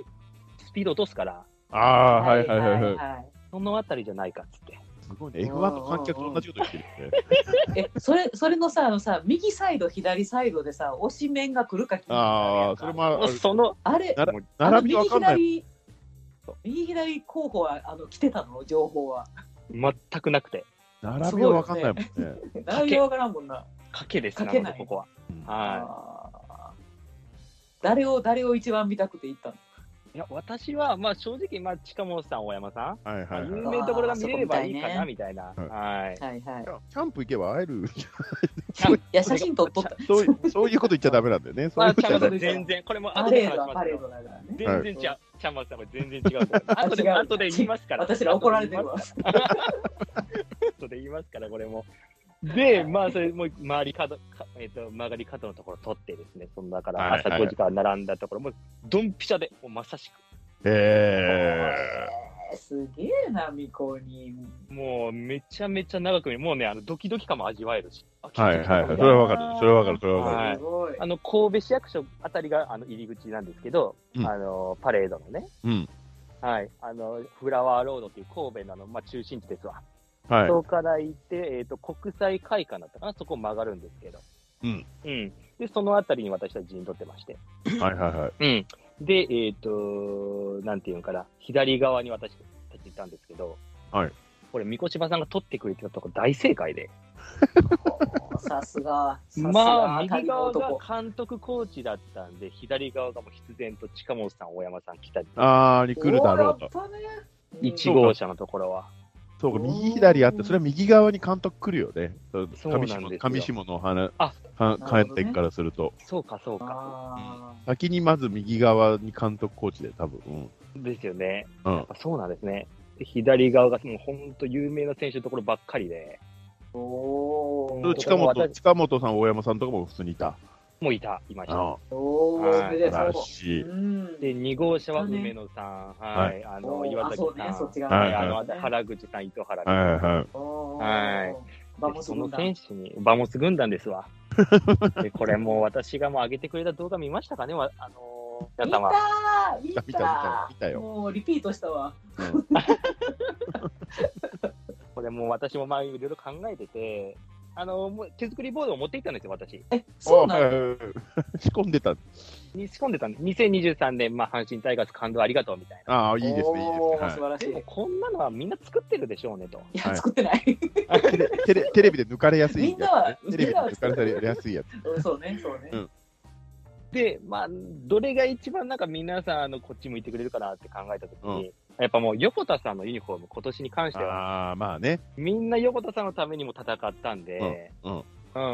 [SPEAKER 4] スピード落とすから、
[SPEAKER 2] ああ、はいはいはいはい。
[SPEAKER 3] はい。
[SPEAKER 4] そのあたりじゃないかっつって。
[SPEAKER 2] すごいね。F1 の観客と同じこと言ってる
[SPEAKER 4] [LAUGHS]
[SPEAKER 2] ね。
[SPEAKER 3] え、それ、それのさ、あのさ、右サイド、左サイドでさ、押し面が来るか来ない
[SPEAKER 2] ああ、
[SPEAKER 3] か
[SPEAKER 2] そ
[SPEAKER 3] や
[SPEAKER 2] れも
[SPEAKER 3] んか
[SPEAKER 2] あ
[SPEAKER 4] もう
[SPEAKER 2] る。
[SPEAKER 4] その、
[SPEAKER 3] あれ、
[SPEAKER 2] なら
[SPEAKER 3] あの
[SPEAKER 2] 並びわ
[SPEAKER 3] 右
[SPEAKER 2] かんない。
[SPEAKER 3] 左、右左候補は、あの、来てたの情報は。
[SPEAKER 4] 全くなくて、
[SPEAKER 2] 並びはわかんないもんね。
[SPEAKER 3] 内容わからんもんな。
[SPEAKER 4] 賭けです、
[SPEAKER 3] 賭けない
[SPEAKER 4] なのでここは。
[SPEAKER 2] うん
[SPEAKER 4] は
[SPEAKER 3] あー誰を、誰を一番見たくて行ったの
[SPEAKER 4] い。いや、私は、まあ正直、まあ、近本さん、大山さん、
[SPEAKER 2] はい
[SPEAKER 4] ま
[SPEAKER 2] は
[SPEAKER 4] あ
[SPEAKER 2] い
[SPEAKER 4] 有
[SPEAKER 2] はい。
[SPEAKER 4] 名どころが見れればいいか
[SPEAKER 3] あ
[SPEAKER 4] な、
[SPEAKER 3] ー
[SPEAKER 4] みたいな。
[SPEAKER 2] い
[SPEAKER 4] はい。
[SPEAKER 3] はいはい。
[SPEAKER 2] キャンプ行けば会える。 [LAUGHS]
[SPEAKER 3] いや、写真撮っとった。
[SPEAKER 2] そういうそういうこと言っちゃダメなんだよね。そう
[SPEAKER 4] ま
[SPEAKER 2] い
[SPEAKER 4] あ、
[SPEAKER 2] うこと
[SPEAKER 4] ち
[SPEAKER 2] じ
[SPEAKER 4] ゃ
[SPEAKER 2] ゃ
[SPEAKER 4] ん
[SPEAKER 2] な
[SPEAKER 4] と
[SPEAKER 2] い。
[SPEAKER 4] 全然、これも
[SPEAKER 3] パ
[SPEAKER 4] 後で
[SPEAKER 3] レー
[SPEAKER 4] 話し
[SPEAKER 3] ド
[SPEAKER 4] ま
[SPEAKER 3] はパ
[SPEAKER 4] す
[SPEAKER 3] レー
[SPEAKER 4] よ
[SPEAKER 3] ド。だからね。
[SPEAKER 4] 全然違う。チャンマスさんこれ全然違うと思う。後で、
[SPEAKER 3] あ違う
[SPEAKER 4] 後で言いますから。
[SPEAKER 3] 私ら怒られてるわ。
[SPEAKER 4] 後で言いますから、これも。で、まあ、それもう周り角、かえっと、曲がり角のところ取ってですね、そんだか
[SPEAKER 2] はい
[SPEAKER 4] ら
[SPEAKER 2] はい
[SPEAKER 4] 朝5時から並んだところ、もうドンピシャで、もうまさしく、
[SPEAKER 2] え
[SPEAKER 3] えーすげえな、みこに。
[SPEAKER 4] もうめちゃめちゃ長く見る、もうね、あのドキドキ感も味わえるし。あ
[SPEAKER 2] え。はいはいはい。それはわかる。それはわかる。それはわかる。
[SPEAKER 4] はい
[SPEAKER 3] すごい。
[SPEAKER 4] あの神戸市役所あたりがあの入り口なんですけど、
[SPEAKER 2] うん
[SPEAKER 4] あのパレードのね、
[SPEAKER 2] うん。
[SPEAKER 4] はい、あのフラワーロードっていう神戸のあの、まあ、中心地ですわ、
[SPEAKER 2] はい
[SPEAKER 4] そ。こから行って、えーと、国際会館だったかな、そこを曲がるんですけど、
[SPEAKER 2] うん
[SPEAKER 4] うん、でそのあたりに私は陣取ってまして、
[SPEAKER 2] はいはいはい。
[SPEAKER 4] うん、で、えっ、と、なんていうのかな、左側に私たちいたんですけど、
[SPEAKER 2] はい、
[SPEAKER 4] これ、三越場さんが取ってくれてたとこ、大正解で、
[SPEAKER 3] さすが。さすが
[SPEAKER 4] まあ、
[SPEAKER 3] 当た
[SPEAKER 4] 右
[SPEAKER 3] りの
[SPEAKER 4] 側が
[SPEAKER 3] 男。
[SPEAKER 4] 監督コーチだったんで、左側がもう必然と近本さん、大山さん来たり、
[SPEAKER 2] ああ、に来るだろうと。
[SPEAKER 3] と。
[SPEAKER 4] 1号車のところは。
[SPEAKER 2] そうか、右左あって、それは右側に監督来るよね。そう
[SPEAKER 4] そうなん
[SPEAKER 2] 上
[SPEAKER 4] ですよ
[SPEAKER 2] 下上下の花、
[SPEAKER 4] あ
[SPEAKER 2] は
[SPEAKER 3] なるほどね
[SPEAKER 2] 帰ってからすると。
[SPEAKER 4] そうか、そうか。
[SPEAKER 3] あ
[SPEAKER 2] 先にまず右側に監督コーチで、多分。うん
[SPEAKER 4] ですよね。
[SPEAKER 2] うん
[SPEAKER 4] やっぱそうなんですね。で左側がもう本当有名な選手のところばっかりで、
[SPEAKER 3] ーお
[SPEAKER 2] それ
[SPEAKER 3] ー
[SPEAKER 2] 近本、
[SPEAKER 4] 私
[SPEAKER 2] 近本さん、大山さんとかも普通にいた。
[SPEAKER 4] もういた、いました。
[SPEAKER 2] あ
[SPEAKER 3] おーおめ
[SPEAKER 2] あ、素晴
[SPEAKER 3] でと
[SPEAKER 2] ら
[SPEAKER 3] う。
[SPEAKER 2] しい。
[SPEAKER 3] うん
[SPEAKER 4] で、2号車は梅野さん、は、
[SPEAKER 2] はい
[SPEAKER 4] あ
[SPEAKER 3] お
[SPEAKER 4] の、
[SPEAKER 3] ー
[SPEAKER 4] 岩
[SPEAKER 3] あ
[SPEAKER 4] 崎
[SPEAKER 3] そう
[SPEAKER 4] さ
[SPEAKER 3] ね、そっち
[SPEAKER 4] ん、
[SPEAKER 3] 側
[SPEAKER 2] は
[SPEAKER 4] はいい、
[SPEAKER 2] は
[SPEAKER 4] あ
[SPEAKER 2] い
[SPEAKER 4] の、原口さん、糸原
[SPEAKER 2] はいはい。
[SPEAKER 4] はい
[SPEAKER 3] いバモス
[SPEAKER 4] その
[SPEAKER 3] 軍団。
[SPEAKER 4] 選手に、バモス軍団ですわ。でこれもう私がもう上げてくれた動画見ましたかね、わあのー、
[SPEAKER 3] 見た
[SPEAKER 4] 皆様。
[SPEAKER 3] ー見
[SPEAKER 2] 見た
[SPEAKER 3] た
[SPEAKER 2] 見た見たよ
[SPEAKER 3] もうリピートしたわ。
[SPEAKER 2] うん
[SPEAKER 4] これもう私もまあいろいろ考えてて、あのーもう手作りボードを持ってきたんですよ、私。
[SPEAKER 3] え、そう
[SPEAKER 2] あ
[SPEAKER 3] な
[SPEAKER 2] は
[SPEAKER 3] の
[SPEAKER 2] いはいはい仕込んでた。
[SPEAKER 4] に仕込んでたんです。2023年、まあ、阪神タイガース感動ありがとうみたいな。
[SPEAKER 2] ああ、いいですね、いいですね
[SPEAKER 3] おー
[SPEAKER 2] は
[SPEAKER 3] 素晴らし
[SPEAKER 4] で
[SPEAKER 3] い
[SPEAKER 4] も。こんなのはみんな作ってるでしょうねと。
[SPEAKER 3] い
[SPEAKER 2] は
[SPEAKER 3] や、
[SPEAKER 2] い
[SPEAKER 3] 作ってない。
[SPEAKER 2] い。テレテレテレビで抜かれやすいやつね。
[SPEAKER 3] [LAUGHS] みんなは
[SPEAKER 2] テレビで抜か
[SPEAKER 3] みんな
[SPEAKER 2] れ
[SPEAKER 3] は
[SPEAKER 2] やすいやつ。
[SPEAKER 3] うんそうね、そうね
[SPEAKER 2] うん。
[SPEAKER 4] で、まあ、どれが一番なんか皆さん、あの、こっち向いてくれるかなって考えたときに、やっぱもう横田さんのユニフォーム、今年に関して
[SPEAKER 2] あ
[SPEAKER 4] は、
[SPEAKER 2] あ、まあね。
[SPEAKER 4] みんな横田さんのためにも戦ったんで、
[SPEAKER 2] うん。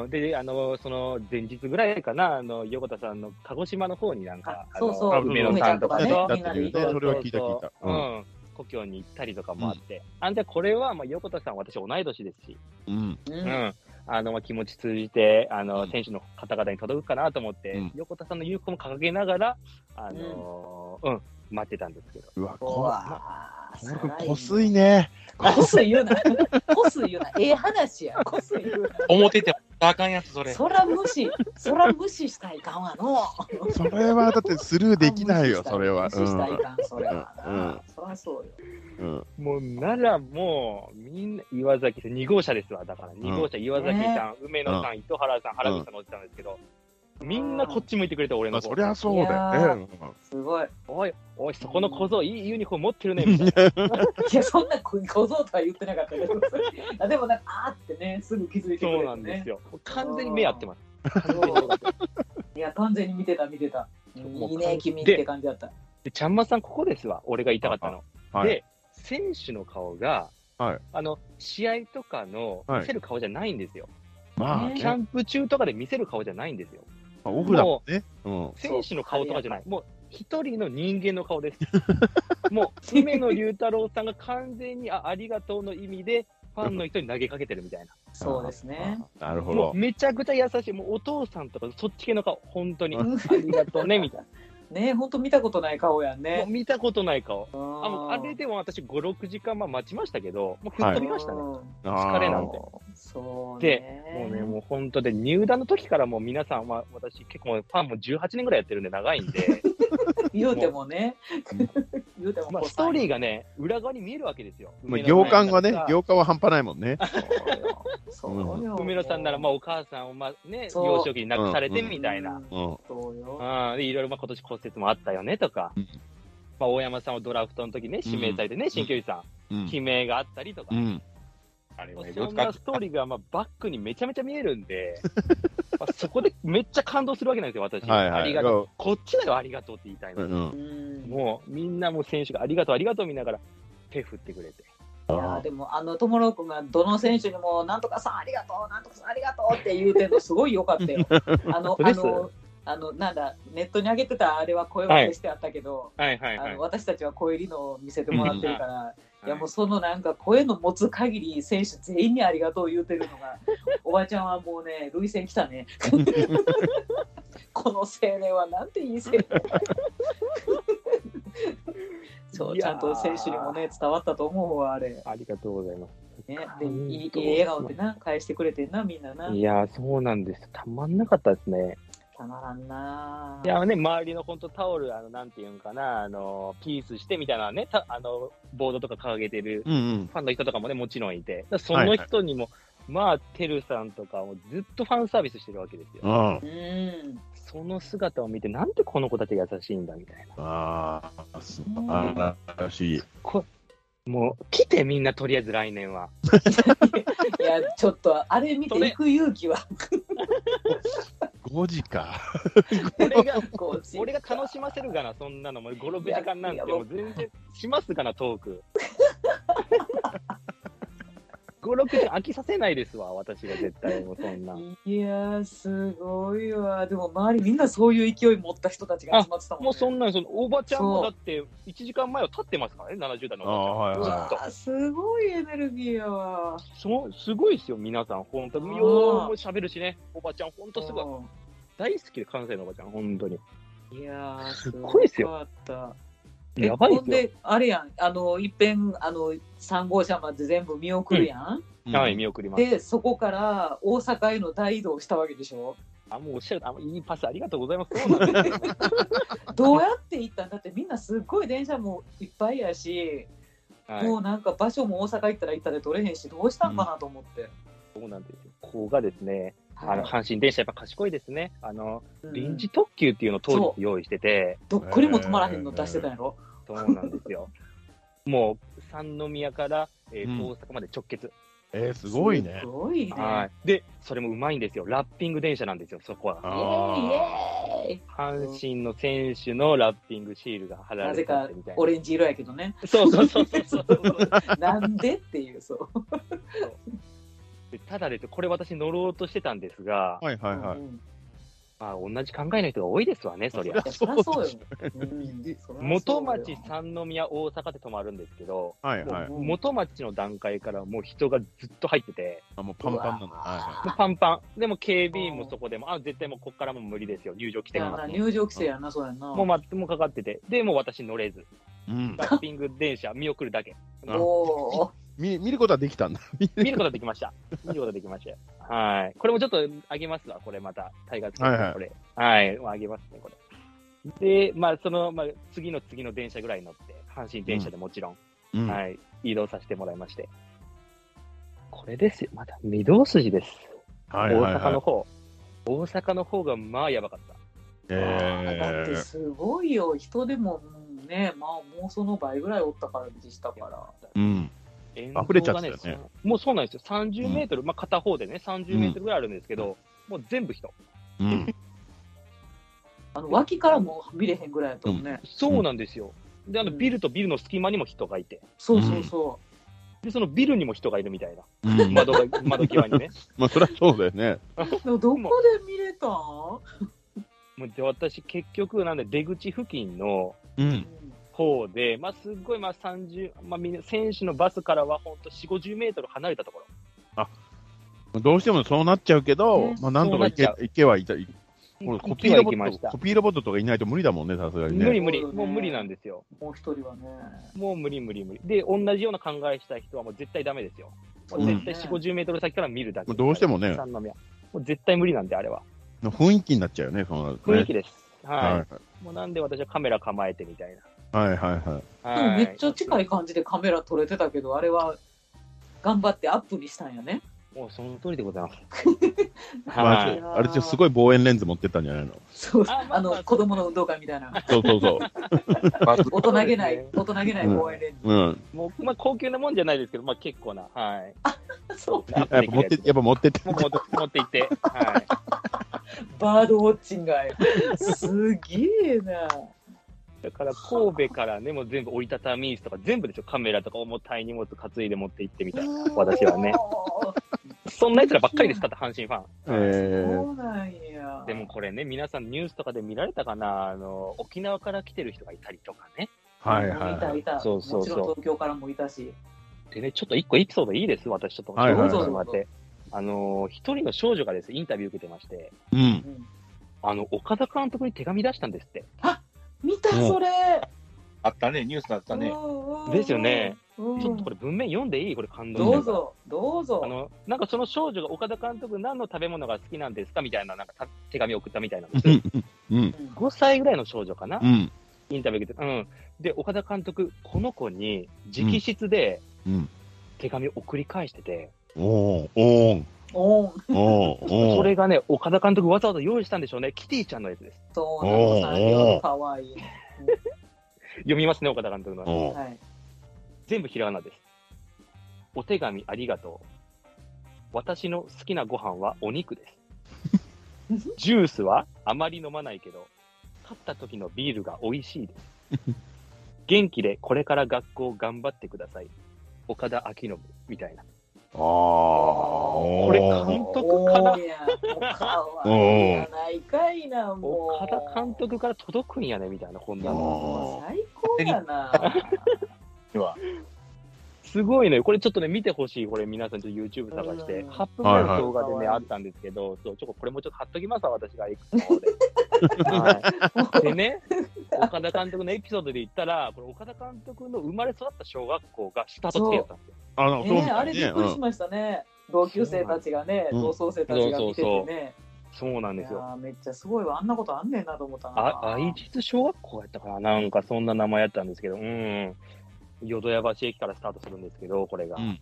[SPEAKER 4] うん、で、あの、その前日ぐらいかな、あの、横田さんの鹿児島の方になんか、
[SPEAKER 3] あ
[SPEAKER 4] あの
[SPEAKER 3] そうそう
[SPEAKER 4] 梅野さんとか
[SPEAKER 2] だ
[SPEAKER 3] ね
[SPEAKER 2] っ
[SPEAKER 4] と、
[SPEAKER 2] てだってね、
[SPEAKER 3] みんなで
[SPEAKER 2] それは聞いた聞いた。
[SPEAKER 4] う。ん。故郷に行ったりとかもあって。あんた、これは、まあ、横田さん、私、同い年ですし、
[SPEAKER 2] うん。
[SPEAKER 3] う
[SPEAKER 4] うんん。あの、まあ、気持ち通じて、あの、
[SPEAKER 2] うん
[SPEAKER 4] 選手の方々に届くかなと思って、
[SPEAKER 2] うん
[SPEAKER 4] 横田さんの有効も掲げながら、あのーうん、待ってたんですけど。
[SPEAKER 2] うわ、
[SPEAKER 3] う
[SPEAKER 2] こ
[SPEAKER 3] わ
[SPEAKER 2] 小丸君、
[SPEAKER 3] ー
[SPEAKER 2] こすいね。
[SPEAKER 3] こすい言うな。こす
[SPEAKER 2] [LAUGHS]
[SPEAKER 3] い言うな。ええ話や。こすい言うな。
[SPEAKER 1] 表であかんやつ、それ。
[SPEAKER 3] そら無視、そら無視したらいかんわの。
[SPEAKER 2] それはだってスルーできないよ、
[SPEAKER 3] 無視した
[SPEAKER 2] それは。
[SPEAKER 3] 無視したらいかん、それはな。
[SPEAKER 2] うん
[SPEAKER 3] そらそうよ。
[SPEAKER 2] うん。うん
[SPEAKER 4] もう、なら、もう、みんな、岩崎さん、2号車ですわ。だから、2号車、岩崎さん、梅野さん、糸原さん、原口さん乗ってたんですけど、みんなこっち向いてくれて、俺
[SPEAKER 2] まあ、
[SPEAKER 4] の方
[SPEAKER 2] そりゃそうだよね。
[SPEAKER 3] すごい。
[SPEAKER 4] おい、おい、そこの小僧、いいユニフォーム持ってるね、みたいな。
[SPEAKER 3] いや、そんな小小僧とは言ってなかったけど、あでもなんか、あーってね、すぐ気づいてくれて、ね。
[SPEAKER 4] そうなんですよ。もう完全に目合ってます。完全に
[SPEAKER 3] [LAUGHS] いや、完全に見てた、見てた。い
[SPEAKER 4] もう
[SPEAKER 3] いね、君っ
[SPEAKER 4] で
[SPEAKER 3] て感じだった。
[SPEAKER 4] で、ちゃんまさん、ここですわ、俺が言いたかったの。
[SPEAKER 2] はい。
[SPEAKER 4] で、選手の顔が、
[SPEAKER 2] はい
[SPEAKER 4] あの試合とかの
[SPEAKER 2] はい
[SPEAKER 4] 見せる顔じゃないんですよ、
[SPEAKER 2] まあね
[SPEAKER 3] ね
[SPEAKER 4] キャンプ中とかで見せる顔じゃないんですよ、
[SPEAKER 2] まあオフだもんね。うん。
[SPEAKER 4] 選手の顔とかじゃない、もう一人の人間の顔です。もう梅野龍太郎さんが完全にあありがとうの意味で、ファンの人に投げかけてるみたいな、
[SPEAKER 3] そうですね。
[SPEAKER 2] あー。なるほ
[SPEAKER 4] も
[SPEAKER 2] ど
[SPEAKER 4] う。めちゃくちゃ優しい、もうお父さんとかそっち系の顔、本当に、ありがとうねみたい
[SPEAKER 3] ね本当見たことない顔やん
[SPEAKER 4] な、もう
[SPEAKER 3] [LAUGHS] ね。
[SPEAKER 4] 見たことない顔、
[SPEAKER 3] あ
[SPEAKER 4] あもうあれ
[SPEAKER 3] で
[SPEAKER 4] でも私、5、6時間まあ待ちましたけど、もう吹っ飛びましたね、
[SPEAKER 2] 疲
[SPEAKER 4] 疲れなんて。
[SPEAKER 3] そう
[SPEAKER 4] で
[SPEAKER 3] ね。
[SPEAKER 4] もうね、もう本当で、入団の時からもう皆さんは、私、結構ファンも18年ぐらいやってるんで、長い
[SPEAKER 2] [LAUGHS]
[SPEAKER 4] んで、
[SPEAKER 3] 言うてもね。言うても、
[SPEAKER 4] まあ、ストーリーがね、裏側に見えるわけですよ。
[SPEAKER 2] まあ、行間がね
[SPEAKER 4] 梅野さん、
[SPEAKER 2] 行間は半端ないもんね。
[SPEAKER 3] そうよ。
[SPEAKER 4] 梅野さんなら、ま
[SPEAKER 3] あ、
[SPEAKER 4] あ、お母さんを、まあね、
[SPEAKER 3] そう
[SPEAKER 4] 幼少期に亡くされて
[SPEAKER 2] うん
[SPEAKER 4] みたいな。。
[SPEAKER 2] うん。
[SPEAKER 3] そうよ。
[SPEAKER 4] うん、でいろいろ、まあ、今年骨折もあったよねとか、
[SPEAKER 2] うん
[SPEAKER 4] まあ、大山さんをドラフトの時ね、指名されてね、新球児さ、
[SPEAKER 2] うんん。
[SPEAKER 4] 悲鳴があったりと
[SPEAKER 2] う、
[SPEAKER 4] か
[SPEAKER 2] ん。
[SPEAKER 1] あれ
[SPEAKER 4] も
[SPEAKER 1] は
[SPEAKER 4] う
[SPEAKER 1] よ
[SPEAKER 4] そん
[SPEAKER 1] くあ
[SPEAKER 4] な
[SPEAKER 1] っ
[SPEAKER 4] ストーリーが、まあ、バックにめちゃめちゃ見えるん
[SPEAKER 2] [LAUGHS]
[SPEAKER 4] で、まあそこでめっちゃ感動するわけなんですよ、私。
[SPEAKER 2] はいはい。
[SPEAKER 4] ありがとう。こっちだよ、ありがとうって言いたいの。
[SPEAKER 2] うん。
[SPEAKER 3] うん。
[SPEAKER 4] もう、みんなもう選手がありがとう、ありがとう見ながら、手振ってくれて。
[SPEAKER 3] いやーでもあの友野君がどの選手にもなんとかさんありがとうなんとかさんありがとうって言うてんのすごい良か
[SPEAKER 4] [LAUGHS]
[SPEAKER 3] ったよ。あの
[SPEAKER 4] 当
[SPEAKER 3] あ
[SPEAKER 4] です
[SPEAKER 3] のあのなんだネットに上げてたあれは声は消してあったけど、
[SPEAKER 4] はいはいは
[SPEAKER 3] あ
[SPEAKER 4] い
[SPEAKER 3] の。私たちはこういう理のを見せてもらってるから、いやもうそのなんか声の持つ限り選手全員にありがとう言うてるのがおばちゃんはもうね [LAUGHS] 涙腺きたねこの青年はなんていい青年そう
[SPEAKER 4] い
[SPEAKER 3] ち
[SPEAKER 4] やー
[SPEAKER 3] ゃんと選手にもね伝わったと思うわあれ、
[SPEAKER 4] ありがとうございます。
[SPEAKER 3] ね、で
[SPEAKER 4] うん
[SPEAKER 3] いいいい笑顔でな返してくれてんなみんなない
[SPEAKER 4] やー、そうなんです。たまんなかったですね。
[SPEAKER 3] たまらんない
[SPEAKER 4] やーね、周りの本当タオル、あの、なんていうんかな、あの、ピースしてみたいなね、たあの、ボードとか掲げてる
[SPEAKER 2] うんうん。
[SPEAKER 4] ファンの人とかもね、もちろんいて、だからそ
[SPEAKER 2] はいは
[SPEAKER 4] の
[SPEAKER 2] い
[SPEAKER 4] 人にも、まあ、てるさんとかもずっとファンサービスしてるわけです
[SPEAKER 2] う
[SPEAKER 4] よ。
[SPEAKER 2] ん。
[SPEAKER 3] うん
[SPEAKER 4] その姿を見て、なんでこの子たちが優しいんだ、みたいな。
[SPEAKER 2] ああ、素晴らしい。
[SPEAKER 4] こもう、来てみんな、とりあえず来年は。
[SPEAKER 3] いやちょっとあれ見て行く勇気は
[SPEAKER 2] 5時か。
[SPEAKER 4] 俺が、
[SPEAKER 3] こう
[SPEAKER 4] 俺が楽しませるかな、そんなのもう5、6時間なん
[SPEAKER 3] いや
[SPEAKER 4] て、
[SPEAKER 3] いや
[SPEAKER 4] もう全然しますかな、トーク。5、6時間飽きさせないですわ、私が絶対もうそんな。
[SPEAKER 3] いやーすごいわでも周りみんなそういう勢い持った人たちが集まってたもん、ね、
[SPEAKER 4] もうそんなん、そのおばちゃんも
[SPEAKER 3] そ
[SPEAKER 4] だ
[SPEAKER 3] う
[SPEAKER 4] って1時間前は立ってますからね、70代の
[SPEAKER 2] あ
[SPEAKER 4] お
[SPEAKER 2] ー
[SPEAKER 4] ば
[SPEAKER 2] はい
[SPEAKER 4] ちゃ
[SPEAKER 2] は
[SPEAKER 4] ん。
[SPEAKER 2] い
[SPEAKER 4] ずっ
[SPEAKER 3] あすごいエネルギーやわ
[SPEAKER 4] とそうすごいですよ、皆さん、本当
[SPEAKER 3] あー
[SPEAKER 4] に。ようも喋るしね、おばちゃん、本当すごい。
[SPEAKER 3] う
[SPEAKER 4] 大好きで、関西のおばちゃん、本当に。
[SPEAKER 3] んいやー
[SPEAKER 4] すっごいっすよ
[SPEAKER 3] かったえ
[SPEAKER 4] やばい
[SPEAKER 3] ほん
[SPEAKER 4] ですよ。
[SPEAKER 3] であれやんあのいっぺんあの3号車まで全部見送るやん、
[SPEAKER 4] はい、見送ります。
[SPEAKER 3] でそこから大阪への大移動したわけでしょ
[SPEAKER 4] あ、もうおっしゃる、あ、いいパスありがとうございます。そうなんですよ
[SPEAKER 3] どうやって行ったんだってみんなすっごい電車もいっぱいやし、
[SPEAKER 4] はい
[SPEAKER 3] もうなんか場所も大阪行ったら行ったで取れへんしどうしたんかなと思って、
[SPEAKER 4] そうなんですよ。ここがですね、あの
[SPEAKER 3] はい
[SPEAKER 4] 阪神電車、やっぱ賢いですね、あの
[SPEAKER 3] うん
[SPEAKER 4] 臨時特急っていうのを当
[SPEAKER 3] そう
[SPEAKER 4] 日用意してて、
[SPEAKER 3] どっこりも止まらへんの出してたんやろ、
[SPEAKER 4] そうなんですよ、 [LAUGHS] もう三宮から、えー
[SPEAKER 2] うん
[SPEAKER 4] 大阪まで直結、
[SPEAKER 2] えー、すごいね
[SPEAKER 3] す。ごいね。
[SPEAKER 4] はいで、それもうまいんですよ、ラッピング電車なんですよ、そこは。
[SPEAKER 2] あ
[SPEAKER 3] イエーイイエーイ
[SPEAKER 4] 阪神の選手のラッピングシールが貼ら
[SPEAKER 3] な
[SPEAKER 4] れ
[SPEAKER 3] ぜ
[SPEAKER 4] て
[SPEAKER 3] か
[SPEAKER 4] てみたいな
[SPEAKER 3] オ。レンジ色やけどね。
[SPEAKER 4] そうそうそうそうそうそ
[SPEAKER 3] [LAUGHS]
[SPEAKER 4] う
[SPEAKER 3] なんでっていう、そう。
[SPEAKER 4] で [LAUGHS] ただですよこれ私乗ろうとしてたんですが、
[SPEAKER 2] ーはいはいはい。
[SPEAKER 3] うん
[SPEAKER 4] まあ、同じ考えの人が多いですわね、そりゃ
[SPEAKER 3] い。やそりゃそうよ。うん
[SPEAKER 4] 元町、三宮大阪で泊まるんですけど、
[SPEAKER 2] はい
[SPEAKER 4] も
[SPEAKER 2] は
[SPEAKER 4] う
[SPEAKER 2] い。
[SPEAKER 4] 元町の段階からもう人がずっと入ってて、
[SPEAKER 2] あ、もうパンパンなんだ。は
[SPEAKER 4] もうパンパン。でも警備員もそこでも、あ、絶対もうこっからもう無理ですよ。入場規
[SPEAKER 3] そ
[SPEAKER 4] 定
[SPEAKER 3] りゃ
[SPEAKER 4] が
[SPEAKER 3] そうよい
[SPEAKER 4] かか
[SPEAKER 3] やな
[SPEAKER 4] って。
[SPEAKER 3] 入場規制やな、そうやんな。
[SPEAKER 4] もう待ってもうかかってて。で、もう私
[SPEAKER 2] [LAUGHS]
[SPEAKER 4] 乗れず。
[SPEAKER 2] いはい。うん
[SPEAKER 4] ラ。ッピング電車見送るだけ。
[SPEAKER 2] あ
[SPEAKER 3] おー
[SPEAKER 2] 見見ることはできたんだ。
[SPEAKER 4] 見ることでき
[SPEAKER 2] [LAUGHS]
[SPEAKER 4] ました。見ることできました。はい。これもちょっとあげますわ、これまた。タイガース
[SPEAKER 2] はいはい
[SPEAKER 4] これ。はい。もうあげますね、これ。で、まあ、その、まあ、次の次の電車ぐらい乗って、阪神電車でもちろん、
[SPEAKER 2] うん
[SPEAKER 4] はい。移動させてもらいまして。これですよ。また、御堂筋です。
[SPEAKER 2] はいはい
[SPEAKER 4] 大阪の
[SPEAKER 2] はい。
[SPEAKER 4] 方、大阪の方がまあやばかった。
[SPEAKER 3] だって
[SPEAKER 2] え
[SPEAKER 3] すごいよ、人でもうんね、まあもうその倍ぐらいおったからでしたから。
[SPEAKER 2] ー。うん。
[SPEAKER 4] 沿
[SPEAKER 2] 溢れちゃってたよね
[SPEAKER 4] 道がそもうそうなんですよ、30メートル、まあ片方でね、30メートルぐらいあるんですけど、もう全部人。
[SPEAKER 2] うん。
[SPEAKER 3] あの脇からも見れへんぐらいやとね。
[SPEAKER 4] そうなんですよ。で、あの
[SPEAKER 3] うん
[SPEAKER 4] ビルとビルの隙間にも人がいて、
[SPEAKER 3] そうそうそ
[SPEAKER 4] で、そのビルにも人がいるみたいな。
[SPEAKER 2] うん [LAUGHS] ま
[SPEAKER 4] 窓が、窓際にね。
[SPEAKER 2] あ、そりゃそうだよね。
[SPEAKER 3] どこで見れたん
[SPEAKER 4] もうで、私、結局、なんで、出口付近の
[SPEAKER 2] うん。
[SPEAKER 4] 方で、まあ、すっごい、まあ、30、まあ、みんな、選手のバスからは、ほんと4、50メートル離れたところ。
[SPEAKER 2] どうしてもそうなっちゃうけど
[SPEAKER 3] ね、
[SPEAKER 2] まあ、なんとかいけ
[SPEAKER 4] そうなっ
[SPEAKER 2] いけはいた。いこれコピーロ
[SPEAKER 4] 行
[SPEAKER 2] ボ
[SPEAKER 4] きま
[SPEAKER 2] ッ
[SPEAKER 4] し
[SPEAKER 2] ト、
[SPEAKER 4] た
[SPEAKER 2] コ。ピーロボットとかいないと無理だもんね、さすがに
[SPEAKER 4] 無
[SPEAKER 2] ね。
[SPEAKER 4] 理無理、
[SPEAKER 3] そうだね
[SPEAKER 4] もう無理なんですよ。
[SPEAKER 3] もう一人はね。
[SPEAKER 4] もう無理無理無理。で、同じような考えした人はもう絶対ダメですよ。もう絶対4、50メートル先から見るだけ。
[SPEAKER 2] もうどうしてもね
[SPEAKER 4] 三宮もう絶対無理なんで、あれは。
[SPEAKER 2] の雰囲気になっちゃうよね、そうなるとね。
[SPEAKER 4] 雰囲気です。はい。
[SPEAKER 2] はい
[SPEAKER 4] もうなんで私はカメラ構えてみたい
[SPEAKER 2] はいはいはい。
[SPEAKER 4] な。
[SPEAKER 3] でも
[SPEAKER 4] はい
[SPEAKER 3] めっちゃ近い感じでカメラ撮れてたけど、あれは頑張ってアップにしたんやね。
[SPEAKER 4] もうその通りでござい [LAUGHS] ます。
[SPEAKER 2] まあ
[SPEAKER 4] はい。
[SPEAKER 2] あれですよ、すごい望遠レンズ持ってったんじゃないの
[SPEAKER 3] そう
[SPEAKER 4] あまあまあ
[SPEAKER 3] あの子供の運動会みたい
[SPEAKER 4] [LAUGHS]
[SPEAKER 3] な。
[SPEAKER 2] そうそうそ
[SPEAKER 1] バズ
[SPEAKER 3] 大人げな
[SPEAKER 4] そう
[SPEAKER 3] い
[SPEAKER 4] で、
[SPEAKER 3] 大人げない公園で。
[SPEAKER 2] [LAUGHS] う。うん。
[SPEAKER 4] もう、まあ、高級なもんじゃないですけど、まあ、結構な。 [LAUGHS] はい。
[SPEAKER 3] そう、
[SPEAKER 2] やっぱ持って、やっぱ持ってって。
[SPEAKER 4] もう持って持って行って。はい。
[SPEAKER 3] バードウォッチングがすげえな。
[SPEAKER 4] だから、神戸からね、もう全部折りたたみ椅子とか、全部ですよ。カメラとか重たい荷物担いで持って行ってみたいな。私はね。そんな奴らばっかりです、ただ阪神ファン。
[SPEAKER 2] えー
[SPEAKER 3] そうなんや。
[SPEAKER 4] でもこれね、皆さんニュースとかで見られたかな、あの沖縄から来てる人がいたりとかね。
[SPEAKER 2] はいはい
[SPEAKER 3] いた
[SPEAKER 2] はいい。
[SPEAKER 3] た。
[SPEAKER 4] そうそうそう
[SPEAKER 3] もちろん東京からもいたし。
[SPEAKER 4] でね、ちょっと一個エピソードいいです、私ちょっと。
[SPEAKER 2] はいはいはい
[SPEAKER 4] ちょっと待って。あの、一人の少女がですね、インタビュー受けてまして、
[SPEAKER 2] うん
[SPEAKER 3] う。ん
[SPEAKER 4] あの、岡田監督に手紙出したんですって。
[SPEAKER 3] 見た
[SPEAKER 2] うん
[SPEAKER 3] それ。
[SPEAKER 1] あったね、ニュースになってたね。
[SPEAKER 3] ね
[SPEAKER 4] ですよね。
[SPEAKER 3] うん
[SPEAKER 4] ちょっとこれ文面読んでいいこれ感動し
[SPEAKER 3] どう
[SPEAKER 4] た
[SPEAKER 3] ぞどうぞ
[SPEAKER 4] あ。の、なんかその少女が岡田監督何の食べ物が好きなんですかみたいな、なんかた手紙を送ったみたいなんです。
[SPEAKER 2] うん。
[SPEAKER 3] うん
[SPEAKER 4] 5歳ぐらいの少女かな、
[SPEAKER 2] うん。
[SPEAKER 4] インタビュー受けて。うん。で、岡田監督、この子に直筆で
[SPEAKER 2] うん。
[SPEAKER 4] 手紙を送り返してて、
[SPEAKER 2] おーおー
[SPEAKER 3] おん。
[SPEAKER 2] おーおー
[SPEAKER 4] それがね、岡田監督わざわざ用意したんでしょうね。キティちゃんのやつです。
[SPEAKER 3] そうなのさよ
[SPEAKER 2] おー
[SPEAKER 3] かわいい。
[SPEAKER 4] 読みますね、岡田監督の。
[SPEAKER 2] おー
[SPEAKER 3] はい。
[SPEAKER 4] 全部ひらがなです。お手紙ありがとう。私の好きなご飯はお肉
[SPEAKER 2] [LAUGHS]
[SPEAKER 4] です。ジュースはあまり飲まないけど、勝った時のビールが美味しいです。
[SPEAKER 2] [LAUGHS]
[SPEAKER 4] 元気でこれから学校頑張ってください。岡田明信みたいな。
[SPEAKER 2] あーお
[SPEAKER 4] これ
[SPEAKER 2] ー
[SPEAKER 4] 監督か
[SPEAKER 3] お
[SPEAKER 4] な
[SPEAKER 3] ーや。おかわいいやないかいなもう。
[SPEAKER 4] 岡田監督から届くんやねみたいな、こ
[SPEAKER 3] い
[SPEAKER 4] んな
[SPEAKER 3] や
[SPEAKER 4] の。
[SPEAKER 3] もう最高やな。
[SPEAKER 1] は
[SPEAKER 4] すごいね。これちょっとね、見てほしい。これ皆さんちょっと YouTube 探して、
[SPEAKER 3] うん
[SPEAKER 4] 8分ぐらいの動画でね、
[SPEAKER 3] はいはい
[SPEAKER 4] あったんですけど、そう、ちょっとこれもちょっと貼っときますわ、私が X の方で。はい、でね、岡田監督のエピソードで言ったら、これ岡田監督の生まれ育った小学校がスタート地点やったんですよ。
[SPEAKER 2] あの、そうみ
[SPEAKER 3] ね
[SPEAKER 2] た
[SPEAKER 3] あ
[SPEAKER 2] い
[SPEAKER 3] れ
[SPEAKER 2] ね
[SPEAKER 3] びっくりしましたね。同級生たちがね、
[SPEAKER 2] うん
[SPEAKER 3] 同窓生たちが見て
[SPEAKER 4] そう
[SPEAKER 3] て
[SPEAKER 4] そ
[SPEAKER 3] ね。
[SPEAKER 4] そうな
[SPEAKER 3] い
[SPEAKER 4] んで
[SPEAKER 3] や
[SPEAKER 4] すよ。
[SPEAKER 3] ーめっちゃすごいわ。あんなことあんねんなと思ったな。
[SPEAKER 4] あ愛知小学校やったかななんかそんな名前やったんですけど、うん。淀屋橋駅からスタートするんですけど、これが。
[SPEAKER 2] うん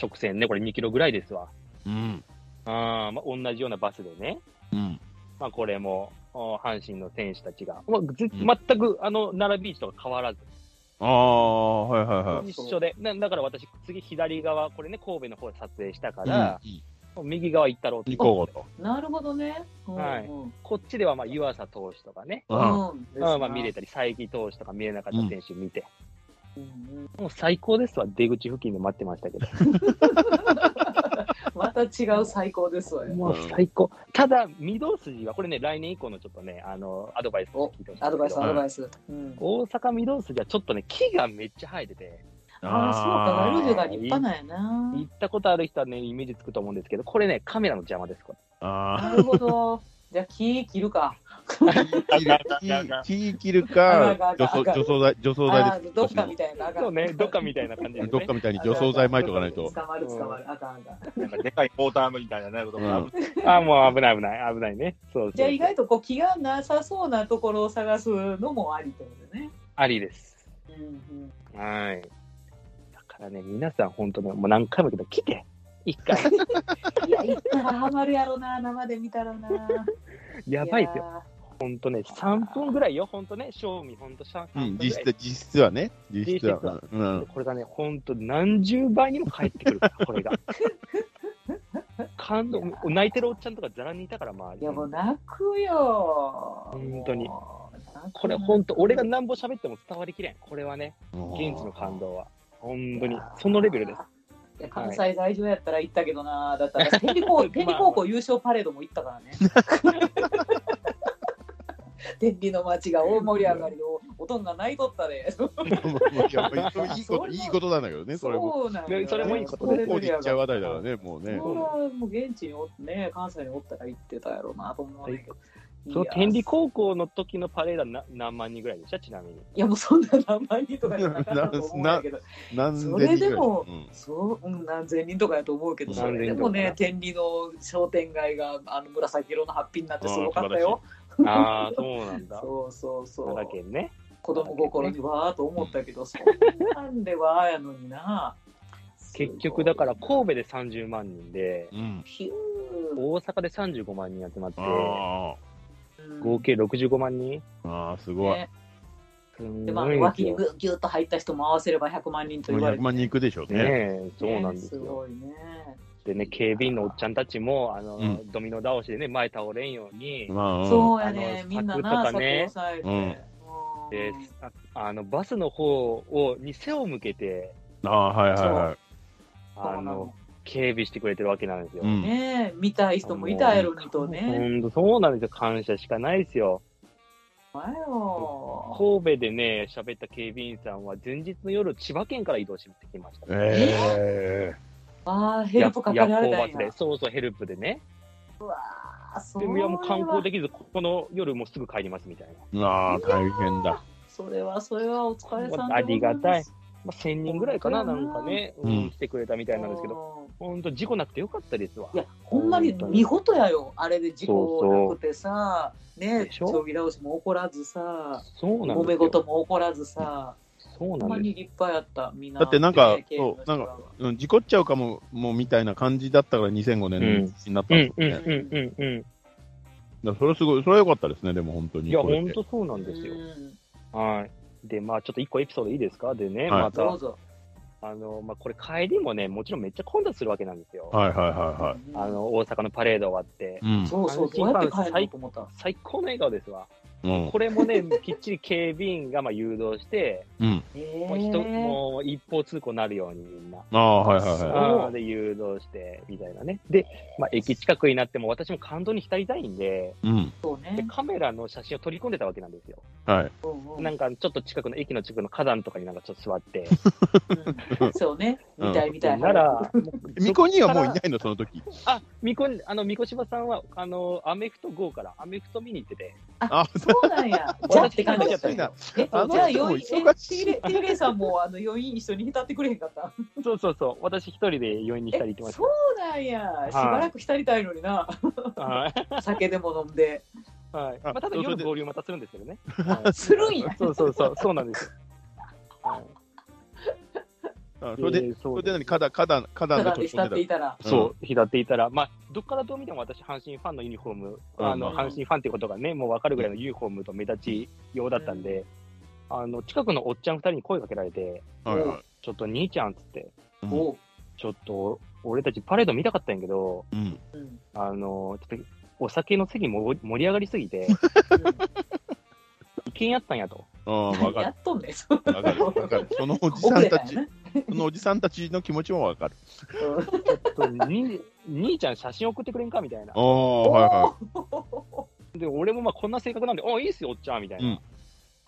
[SPEAKER 4] 直線ね、これ2キロぐらいですわ。
[SPEAKER 2] うん。
[SPEAKER 4] あーまあ、同じようなバスでね。
[SPEAKER 2] うん。
[SPEAKER 4] まあ、これも、お阪神の選手たちが、まあ、ぜ全く、あの、奈良ビーチとか変わらず、
[SPEAKER 2] ああ、はいはいはい。
[SPEAKER 4] 一緒で、なだから私、次、左側、これね、神戸の方で撮影したか
[SPEAKER 2] うん
[SPEAKER 4] ら、もう右側行ったろうって
[SPEAKER 2] 行こうかと。
[SPEAKER 3] なるほどね。うん
[SPEAKER 4] はい
[SPEAKER 3] うん
[SPEAKER 4] こっちでは、まあ、湯浅投手とかね、
[SPEAKER 2] うん
[SPEAKER 3] うんです
[SPEAKER 4] ま
[SPEAKER 3] な
[SPEAKER 4] あ、まあ見れたり、佐伯投手とか見れなかった選手見て、
[SPEAKER 3] うんうん
[SPEAKER 4] もう最高ですわ、出口付近で待ってましたけど、
[SPEAKER 3] また違 [LAUGHS] う最高ですわよ。
[SPEAKER 4] もう最高。ただ、御堂筋は、これね、来年以降のちょっとね、あの、アドバイスを聞いてほしいんですけど
[SPEAKER 3] アドバイス、
[SPEAKER 2] ん
[SPEAKER 3] アドバイス。うん
[SPEAKER 4] 大阪御堂筋はちょっとね、木がめっちゃ生えてて、
[SPEAKER 3] ああ、そうか、ガルージュが立派なんや
[SPEAKER 4] 行
[SPEAKER 3] な。
[SPEAKER 4] ったことある人はね、イメージつくと思うんですけど、これね、カメラの邪魔です、これ。
[SPEAKER 2] あ
[SPEAKER 3] なるほど。じゃあ、木切るか。
[SPEAKER 2] あ。木切る
[SPEAKER 3] あが
[SPEAKER 2] か
[SPEAKER 3] あ、
[SPEAKER 2] 除草
[SPEAKER 3] があが
[SPEAKER 2] 除草剤、除草剤
[SPEAKER 3] あ
[SPEAKER 2] で
[SPEAKER 3] ー
[SPEAKER 2] す。
[SPEAKER 3] どっかみたいな。あかん
[SPEAKER 4] そう [LAUGHS] ね、どっかみたいな感じで、ね。
[SPEAKER 2] どっかみたいに除草剤撒いとかないと。
[SPEAKER 3] 捕まる、捕まる。あかん、あかん。
[SPEAKER 1] なんかでかいモーターみたいなねことがある
[SPEAKER 4] [LAUGHS] あ、もう危ない危ない、危ないね。そうそう
[SPEAKER 3] じゃあ、意外とこう気がなさそうなところを探すのもありってことね。
[SPEAKER 4] ありです。
[SPEAKER 3] うんうん
[SPEAKER 4] はい。だからね、皆さん本当ね、もう何回も言うけど、来て一 [LAUGHS] 回。
[SPEAKER 3] いや、行ったらハマるやろな、生で見たらな。
[SPEAKER 4] やばいですよ。
[SPEAKER 3] よ。
[SPEAKER 4] 本当ね、3分ぐらいよ、本当ね、賞味、本当3
[SPEAKER 2] う
[SPEAKER 4] 分
[SPEAKER 2] ん、
[SPEAKER 4] ぐらい。
[SPEAKER 2] 実質、実質はね。実質は。うん。
[SPEAKER 4] これがね、本当何十倍にも返ってくるから、これが。 [LAUGHS] 感動、泣いてるおっちゃんとかざらにいたから、周
[SPEAKER 3] い
[SPEAKER 4] り
[SPEAKER 3] や、。もう泣くよ。
[SPEAKER 4] 本当に
[SPEAKER 3] もう泣く
[SPEAKER 4] これ本当、俺がなんぼ喋っても伝わりきれん。これはね、現地の感動は。本当に、そのレベルです。
[SPEAKER 3] いや関西代表やったら行ったけどな、だった
[SPEAKER 4] [LAUGHS]
[SPEAKER 3] ら天理高天理高校優勝パレードも行ったからね。天理の街が大盛り上がりの音が泣いとったで。
[SPEAKER 2] やっぱりいいこと、いいことなんだけどね、それも。
[SPEAKER 3] うなんよ
[SPEAKER 4] ねそれもいいこと
[SPEAKER 2] 高校で行っちゃう話題だから。ね、もう
[SPEAKER 3] それ
[SPEAKER 2] ね
[SPEAKER 3] は。もう現地におってね、関西におったら行ってたやろうなと思うねんだけど。
[SPEAKER 4] その
[SPEAKER 3] いや
[SPEAKER 4] 天理高校の時のパレードはな何万人ぐらいでしたちなみに。
[SPEAKER 3] いやもうそんな何万人とかじゃなかったと思うんだけど、
[SPEAKER 2] 何千人
[SPEAKER 3] そ
[SPEAKER 2] ぐらい
[SPEAKER 3] れでも
[SPEAKER 2] うん
[SPEAKER 3] そう、うん、何千人とかやと思うけど、
[SPEAKER 2] うん
[SPEAKER 3] それでもね
[SPEAKER 4] 何、
[SPEAKER 3] 天理の商店街があの紫色のハッピーになってすごかっ
[SPEAKER 2] うん素晴
[SPEAKER 3] た
[SPEAKER 2] らしい
[SPEAKER 3] よ。 [LAUGHS]
[SPEAKER 4] ああ、そうなんだ。
[SPEAKER 3] そうそうそう。
[SPEAKER 4] 奈良県ね。
[SPEAKER 3] 子供心にわーと思ったけど、そんなんでわーやのにな。
[SPEAKER 4] [LAUGHS] 結局だから神戸で30万人で、
[SPEAKER 2] うん。
[SPEAKER 3] すごい、ヒ
[SPEAKER 4] 大阪で35万人集まって、
[SPEAKER 2] あ
[SPEAKER 3] ュー
[SPEAKER 4] 合計65万人
[SPEAKER 2] ーあー、すごい。
[SPEAKER 3] ね
[SPEAKER 4] すん
[SPEAKER 3] でまあ
[SPEAKER 4] ごいん
[SPEAKER 3] 脇に
[SPEAKER 4] ですよ。
[SPEAKER 3] ぐぎゅっと入った人も合わせれば100万人と言われ
[SPEAKER 2] 200
[SPEAKER 3] て。
[SPEAKER 2] 万人いくでしょう
[SPEAKER 4] ね
[SPEAKER 2] ね。
[SPEAKER 4] え、そうなんです
[SPEAKER 3] ねす
[SPEAKER 4] よ。
[SPEAKER 3] ごいね。
[SPEAKER 4] でね、警備員のおっちゃんたちも、あの、
[SPEAKER 2] うん
[SPEAKER 4] ドミノ倒しでね、前倒れんように、
[SPEAKER 2] まあ、
[SPEAKER 3] そうやね
[SPEAKER 4] あ、の
[SPEAKER 3] みんなな、
[SPEAKER 4] 柵とかね
[SPEAKER 3] 柵押さえて。
[SPEAKER 2] うん
[SPEAKER 3] うん
[SPEAKER 4] でああの、バスの方を、に背を向けて、
[SPEAKER 2] ああー、はいはいはい。
[SPEAKER 3] そう
[SPEAKER 4] あ
[SPEAKER 3] なの
[SPEAKER 4] の、警備してくれてるわけなんですよ。
[SPEAKER 2] うん
[SPEAKER 3] ねえ、見たい人もいたやろにとね。
[SPEAKER 4] 本当そうなんですよ。感謝しかないですよ。
[SPEAKER 3] お前よ。
[SPEAKER 4] 神戸でね、喋った警備員さんは、前日の夜、千葉県から移動してきました。
[SPEAKER 2] え
[SPEAKER 3] ああ、ヘルプかけられた
[SPEAKER 4] 夜
[SPEAKER 3] ん
[SPEAKER 4] 行バスで
[SPEAKER 3] や。
[SPEAKER 4] そうそう、ヘルプでね。
[SPEAKER 3] うわあ、そ
[SPEAKER 4] で、
[SPEAKER 3] れ
[SPEAKER 4] いやもう観光
[SPEAKER 3] は、
[SPEAKER 4] できず、ここの夜もうすぐ帰りますみたいな。
[SPEAKER 2] え。ああ、大変だ。
[SPEAKER 3] それは、それはお疲れさん
[SPEAKER 4] ありがたい。まあ、1000人ぐらいかな、
[SPEAKER 3] そ
[SPEAKER 4] な
[SPEAKER 3] うだなん
[SPEAKER 4] かね、
[SPEAKER 2] う
[SPEAKER 4] うんん、来てくれたみたいなんですけど、
[SPEAKER 3] ど。
[SPEAKER 4] ほんと事故なくてよかったですわ
[SPEAKER 3] い。や、ほんまに見事やよ、あれで事故なくてさ、ね、
[SPEAKER 4] でしょ
[SPEAKER 3] 将棋倒しも起こらずさ、
[SPEAKER 4] そうなん
[SPEAKER 3] 揉
[SPEAKER 4] で
[SPEAKER 3] め
[SPEAKER 4] すよ。
[SPEAKER 3] 事も起こらずさ、
[SPEAKER 4] そう
[SPEAKER 3] ほん
[SPEAKER 4] な
[SPEAKER 3] ま
[SPEAKER 4] んで
[SPEAKER 3] に立派やった、みんな。
[SPEAKER 2] だってなんか
[SPEAKER 3] ね経営の人らは
[SPEAKER 2] うん、事故っちゃうかも、もうみたいな感じだったから2005年のになっ
[SPEAKER 4] す。
[SPEAKER 2] た
[SPEAKER 4] う
[SPEAKER 2] ん
[SPEAKER 4] ん
[SPEAKER 2] です
[SPEAKER 4] う
[SPEAKER 2] よ
[SPEAKER 4] ん
[SPEAKER 2] ね。だか
[SPEAKER 4] うんうんう
[SPEAKER 2] らそれすごい、それは良かったですね、でも本当
[SPEAKER 4] ん。
[SPEAKER 2] に。
[SPEAKER 4] いや、
[SPEAKER 2] これ
[SPEAKER 4] ほんとそうなんですよ。
[SPEAKER 3] うん
[SPEAKER 4] はい。で、まあ、ちょっと一個エピソードいいですかでね、
[SPEAKER 2] はい
[SPEAKER 4] また
[SPEAKER 3] ど、うぞ。
[SPEAKER 4] あの、まあ、これ帰りもね、もちろんめっちゃ混雑するわけなんですよ。
[SPEAKER 2] はいはいはいは
[SPEAKER 4] あの、大阪のパレード終わって、
[SPEAKER 2] い。うん。
[SPEAKER 3] そうそう、どうやって帰るのと思った。
[SPEAKER 4] 最高の笑顔ですわ。
[SPEAKER 2] うん
[SPEAKER 4] これもね、きっちり警備員がまあ誘導 [LAUGHS] して、
[SPEAKER 2] うん。
[SPEAKER 3] え
[SPEAKER 4] もう人、もう一方通行になるようにみんな。
[SPEAKER 2] ああ、はいはいは
[SPEAKER 3] おー
[SPEAKER 4] あーで誘導して、みたいなね。で、まあ、駅近くになっても、私も感動に浸りたいんで、
[SPEAKER 2] い。うん。
[SPEAKER 3] そう
[SPEAKER 4] で [LAUGHS]
[SPEAKER 3] ね。
[SPEAKER 4] カメラの写真を取り込んでたわけなんですよ。
[SPEAKER 2] はい。
[SPEAKER 3] うんうん
[SPEAKER 4] なんか、ちょっと近くの、駅の近くの花壇とかになんかちょっと座 [LAUGHS] って。
[SPEAKER 3] うんそうね。見たい見たい。
[SPEAKER 4] なら、 [LAUGHS]
[SPEAKER 2] ミコにはもういないの、その時。
[SPEAKER 4] あ、みこ、あの、みこしばさんは、あの、アメフト GO から、アメフト見に行ってて、
[SPEAKER 3] あ、そうなん [LAUGHS] や。じゃあって感じやったんや。え、じ
[SPEAKER 2] あの
[SPEAKER 3] ゃあ、
[SPEAKER 2] 人も
[SPEAKER 3] 余韻、え、
[SPEAKER 2] 忙しい
[SPEAKER 3] ティレイさんも、あの、余韻一緒に浸ってくれへんかった。
[SPEAKER 4] そうそうそう、私一人で余韻に
[SPEAKER 3] え
[SPEAKER 4] 浸り行ってまし
[SPEAKER 3] そうなんや。しばらく浸りたいのに [LAUGHS] な。
[SPEAKER 4] た。はい。
[SPEAKER 3] 酒でも飲んで。
[SPEAKER 4] はい。まあ、ただ
[SPEAKER 2] それ
[SPEAKER 4] 夜
[SPEAKER 2] で
[SPEAKER 4] 合流またするんです
[SPEAKER 3] [LAUGHS]
[SPEAKER 4] けどね。
[SPEAKER 3] するんや。
[SPEAKER 4] そうそうそう、そうなんですよ。はい
[SPEAKER 2] あ [LAUGHS] それで、
[SPEAKER 4] えー
[SPEAKER 2] そ
[SPEAKER 4] そ
[SPEAKER 2] れ
[SPEAKER 4] う
[SPEAKER 2] で
[SPEAKER 4] で
[SPEAKER 2] 何、花壇、花壇、花
[SPEAKER 3] た
[SPEAKER 2] 壇
[SPEAKER 3] だ
[SPEAKER 2] がちょっ
[SPEAKER 3] 浸っ
[SPEAKER 2] と
[SPEAKER 3] て
[SPEAKER 2] 出
[SPEAKER 3] いたら。
[SPEAKER 4] すそう、浸っていたら、まあ、どっからどう見ても私、阪神ファンのユニフォーム、
[SPEAKER 2] うん
[SPEAKER 4] あの
[SPEAKER 3] うん
[SPEAKER 4] 阪神ファンってことがね、もう分かるぐらいのユニフォームと目立ちようだったんで、あの近くのおっちゃん2人に声かけられて、
[SPEAKER 2] た。はいはい。
[SPEAKER 4] ちょっと兄ちゃんっつって、
[SPEAKER 2] うん
[SPEAKER 3] おう。
[SPEAKER 4] ちょっと俺たちパレード見たかったんやけど、
[SPEAKER 2] うん。うん
[SPEAKER 3] うん
[SPEAKER 4] あのちょっとお酒の席も盛り上がりすぎ
[SPEAKER 2] [LAUGHS]
[SPEAKER 4] て、意見やったんやと。
[SPEAKER 2] ああ、わか
[SPEAKER 3] や
[SPEAKER 2] る。
[SPEAKER 3] っとんねん。
[SPEAKER 2] わかる。わかる。そのおじさ
[SPEAKER 3] 遅
[SPEAKER 2] ん
[SPEAKER 3] れ
[SPEAKER 2] た
[SPEAKER 3] たん
[SPEAKER 2] ち
[SPEAKER 3] や、ね。
[SPEAKER 2] そのおじさんたちの気持ちもわかる。
[SPEAKER 3] うん
[SPEAKER 4] ちょっとに兄ちゃん、写真送ってくれんかみたいな
[SPEAKER 2] あ。あ、はいは
[SPEAKER 4] で、俺もまあこんな性格なんで、あいいっすよ、おっちゃんみたいな。
[SPEAKER 2] うん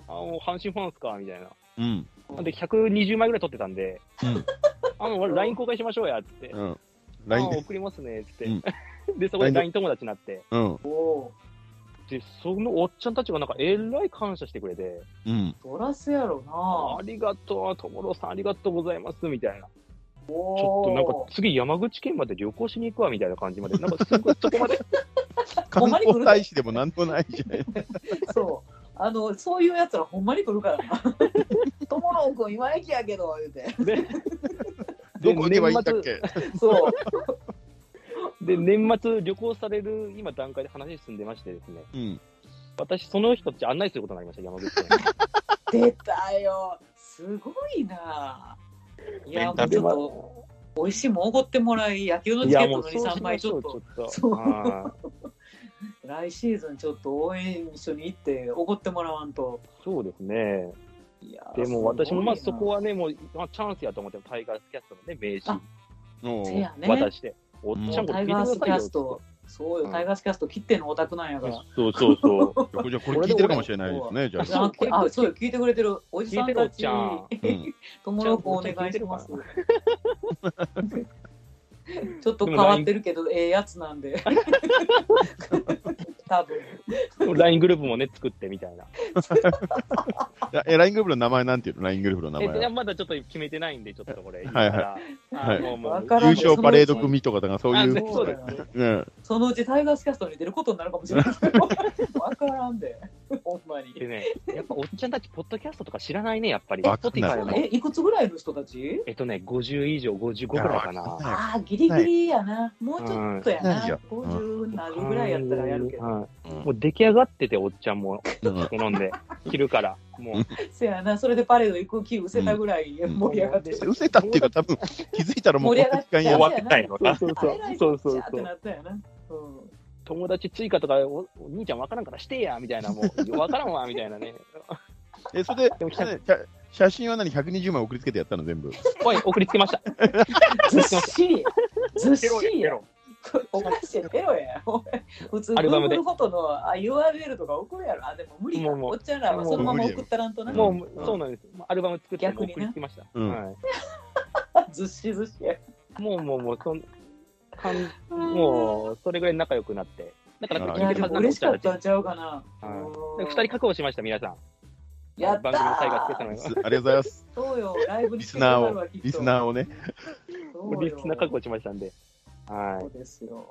[SPEAKER 4] あもう阪神ファンっすかみたいな。
[SPEAKER 2] い。うん。
[SPEAKER 4] で、120枚ぐらい撮ってたんで、
[SPEAKER 2] うん
[SPEAKER 4] [LAUGHS] あの、俺 LINE 交換しましょうや、つって。
[SPEAKER 2] うん。
[SPEAKER 4] あ
[SPEAKER 2] LINE で。
[SPEAKER 4] 送りますね、つって。
[SPEAKER 2] うん
[SPEAKER 4] [LAUGHS] で、そこで LINE 友達になって。
[SPEAKER 2] うん。
[SPEAKER 3] おう。
[SPEAKER 4] で、そのおっちゃんたちがなんか、えらい感謝してくれて、
[SPEAKER 2] うん。
[SPEAKER 3] そらせやろ
[SPEAKER 4] あ
[SPEAKER 3] な。
[SPEAKER 4] りがとう、ともろさん、ありがとうございます、みたいな。
[SPEAKER 3] お
[SPEAKER 4] ちょっとなんか
[SPEAKER 3] お。、
[SPEAKER 4] 次山口県まで旅行しに行くわ、みたいな感じまで。なんか、すごい、 [LAUGHS] そこまで。
[SPEAKER 2] 観光大使でもなんともない [LAUGHS] じゃない。
[SPEAKER 3] そう。あの、そういうやつらほんまに来るからな。 [LAUGHS] 友野くん今駅やけど、言うて。
[SPEAKER 4] で、
[SPEAKER 2] どこ行けばいいんだっけ
[SPEAKER 3] そう。
[SPEAKER 4] で、年末旅行される今段階で話進んでましてですね、
[SPEAKER 2] うん。
[SPEAKER 4] 私、その人たち案内することになりました、山口県。
[SPEAKER 3] 出たよ。すごいな。いや、も
[SPEAKER 2] だ
[SPEAKER 3] う
[SPEAKER 2] っ
[SPEAKER 3] ち
[SPEAKER 2] て
[SPEAKER 3] ょっと、美味しいもんおごってもらい、野球の
[SPEAKER 4] い
[SPEAKER 3] チケ
[SPEAKER 4] や、
[SPEAKER 3] ッ
[SPEAKER 4] もう、
[SPEAKER 3] トの
[SPEAKER 4] そう
[SPEAKER 3] 2、
[SPEAKER 4] し
[SPEAKER 3] 3
[SPEAKER 4] ま
[SPEAKER 3] 枚、
[SPEAKER 4] し
[SPEAKER 3] ちょっ
[SPEAKER 4] ょう、ちょ
[SPEAKER 3] と
[SPEAKER 4] っ、と。
[SPEAKER 3] そう
[SPEAKER 4] はい
[SPEAKER 3] 来シーズンちょっと応援一緒に行って、おごってもらわんと。
[SPEAKER 4] そうですね。
[SPEAKER 3] いや
[SPEAKER 4] でも私もまあそこ
[SPEAKER 3] は。
[SPEAKER 4] はね、もうまあチャンスやと思って、タイガースキャストのね、名刺
[SPEAKER 2] お
[SPEAKER 3] せ
[SPEAKER 2] ー
[SPEAKER 3] やね。
[SPEAKER 4] 渡して。おっちゃんこ
[SPEAKER 3] タ
[SPEAKER 4] れ聞い
[SPEAKER 3] イ
[SPEAKER 4] てく
[SPEAKER 3] ガ
[SPEAKER 4] だ
[SPEAKER 3] ースキャ
[SPEAKER 4] さい
[SPEAKER 3] ス
[SPEAKER 4] よ
[SPEAKER 3] ト。、そう
[SPEAKER 4] う
[SPEAKER 3] よ、
[SPEAKER 4] ん
[SPEAKER 3] タイガースキャスト切ってんのオタクなんやから。
[SPEAKER 4] そうそう
[SPEAKER 3] [LAUGHS]
[SPEAKER 4] そう。
[SPEAKER 2] これじゃあこれ聞いてるかもしれないですね、じゃ
[SPEAKER 4] あ
[SPEAKER 2] あ。
[SPEAKER 4] そう
[SPEAKER 3] あ
[SPEAKER 4] これ
[SPEAKER 3] あそうよ、聞いてくれてるおじさんた
[SPEAKER 4] 聞いて
[SPEAKER 3] ち
[SPEAKER 4] るおっち。
[SPEAKER 2] うん
[SPEAKER 3] 友の子お願いします。
[SPEAKER 4] おっ
[SPEAKER 3] [LAUGHS] ちょっと変わってるけど、ええやつなんで。多分
[SPEAKER 4] LINE グループもね、作ってみたい
[SPEAKER 3] [LAUGHS]
[SPEAKER 4] な。
[SPEAKER 2] いやえ、LINE グループの名前なんていうの ?LINE グループの名
[SPEAKER 4] えいや
[SPEAKER 2] 前は。
[SPEAKER 4] まだちょっと決めてないんで、ちょっとこれ。
[SPEAKER 2] はいは
[SPEAKER 4] あ
[SPEAKER 2] はい
[SPEAKER 4] もうもう
[SPEAKER 3] わから
[SPEAKER 2] 優
[SPEAKER 3] ん
[SPEAKER 2] 勝パレード組とかだから、そう
[SPEAKER 4] あ
[SPEAKER 2] い
[SPEAKER 4] ね
[SPEAKER 2] う。
[SPEAKER 3] そうだよね。
[SPEAKER 2] うん
[SPEAKER 3] そのうちタイガースキャストに出ることになるかもしれないけど。わからんで、ほんまに。
[SPEAKER 4] でね、やっぱおっちゃんたち、ポッドキャストとか知らないね、やっぱり。
[SPEAKER 2] わかんない
[SPEAKER 4] Spotify も
[SPEAKER 3] え、いくつぐらいの人たち
[SPEAKER 4] えっとね、50以上、55ぐらいか
[SPEAKER 2] いやわか
[SPEAKER 4] な
[SPEAKER 2] ん。ない
[SPEAKER 3] ああ、ギリギリやな。もうちょっとや
[SPEAKER 2] うんい
[SPEAKER 3] な
[SPEAKER 2] や。
[SPEAKER 3] 50になるぐらいやったらやるけど。
[SPEAKER 4] はい
[SPEAKER 2] うん
[SPEAKER 4] もう出来上がってて、おっちゃんも
[SPEAKER 2] うん
[SPEAKER 4] 飲んで、昼から。もう、
[SPEAKER 3] せやな、それでパレード行く気失せたぐらい
[SPEAKER 2] ん
[SPEAKER 3] 盛り上がってる。
[SPEAKER 2] 失せたっていうか、多
[SPEAKER 3] [LAUGHS]
[SPEAKER 2] 分気づいたらもう
[SPEAKER 3] 盛
[SPEAKER 2] こ
[SPEAKER 3] り
[SPEAKER 2] の時間
[SPEAKER 3] 上がっちゃ
[SPEAKER 2] や
[SPEAKER 3] う
[SPEAKER 2] わ。
[SPEAKER 4] 終わってたよな
[SPEAKER 3] そうそう
[SPEAKER 4] そ
[SPEAKER 3] そうう
[SPEAKER 4] そうそう
[SPEAKER 3] そう。ってなったよな。うん
[SPEAKER 4] 友達追加とか、おお兄ちゃんわからんからしてや、みたいな、もう、わからんわ、みたいなね。 [LAUGHS]
[SPEAKER 2] え、それで、
[SPEAKER 4] でも来た
[SPEAKER 2] ね写写真は何 ?120 枚送りつけてやったの全部。
[SPEAKER 4] おい、送りつけました。
[SPEAKER 3] ずっしり。ずっしり
[SPEAKER 4] ペ
[SPEAKER 3] や
[SPEAKER 4] ロ。
[SPEAKER 3] おかしいやペロや。お前普通、
[SPEAKER 4] アルバムで
[SPEAKER 3] Google フォトのあ URL とか送るやろ。あ、でも無理か。
[SPEAKER 4] もうもう
[SPEAKER 3] おっちゃんらはそのまま送ったらんとな。
[SPEAKER 4] も
[SPEAKER 2] も
[SPEAKER 4] う、そうなんです。アルバム作ってもう送りつけました。
[SPEAKER 2] 逆にね
[SPEAKER 4] は
[SPEAKER 3] ずっしずっしや。
[SPEAKER 4] い。もう、もう、もう、そん、かん、もう、それぐらい仲良くなって。だから、
[SPEAKER 2] あ
[SPEAKER 3] い
[SPEAKER 4] 聞
[SPEAKER 3] や、
[SPEAKER 4] いて
[SPEAKER 3] でも
[SPEAKER 4] るはずなん
[SPEAKER 3] 嬉しかっ
[SPEAKER 4] ちゃ
[SPEAKER 3] た
[SPEAKER 4] ん
[SPEAKER 3] んちゃうかな。
[SPEAKER 4] たちはい
[SPEAKER 3] うん
[SPEAKER 4] で二人確保しました、皆さん。
[SPEAKER 3] やった
[SPEAKER 4] 番組の最後はつけたの
[SPEAKER 3] ー
[SPEAKER 4] よ
[SPEAKER 2] すありがとうございます。
[SPEAKER 3] そうよ、ライブに
[SPEAKER 2] リスナー
[SPEAKER 3] 来てくれは
[SPEAKER 2] を、
[SPEAKER 3] きっと
[SPEAKER 2] リスナーをね。
[SPEAKER 3] そうよ
[SPEAKER 4] リスナー確保しましたんで。は
[SPEAKER 3] そうですよ。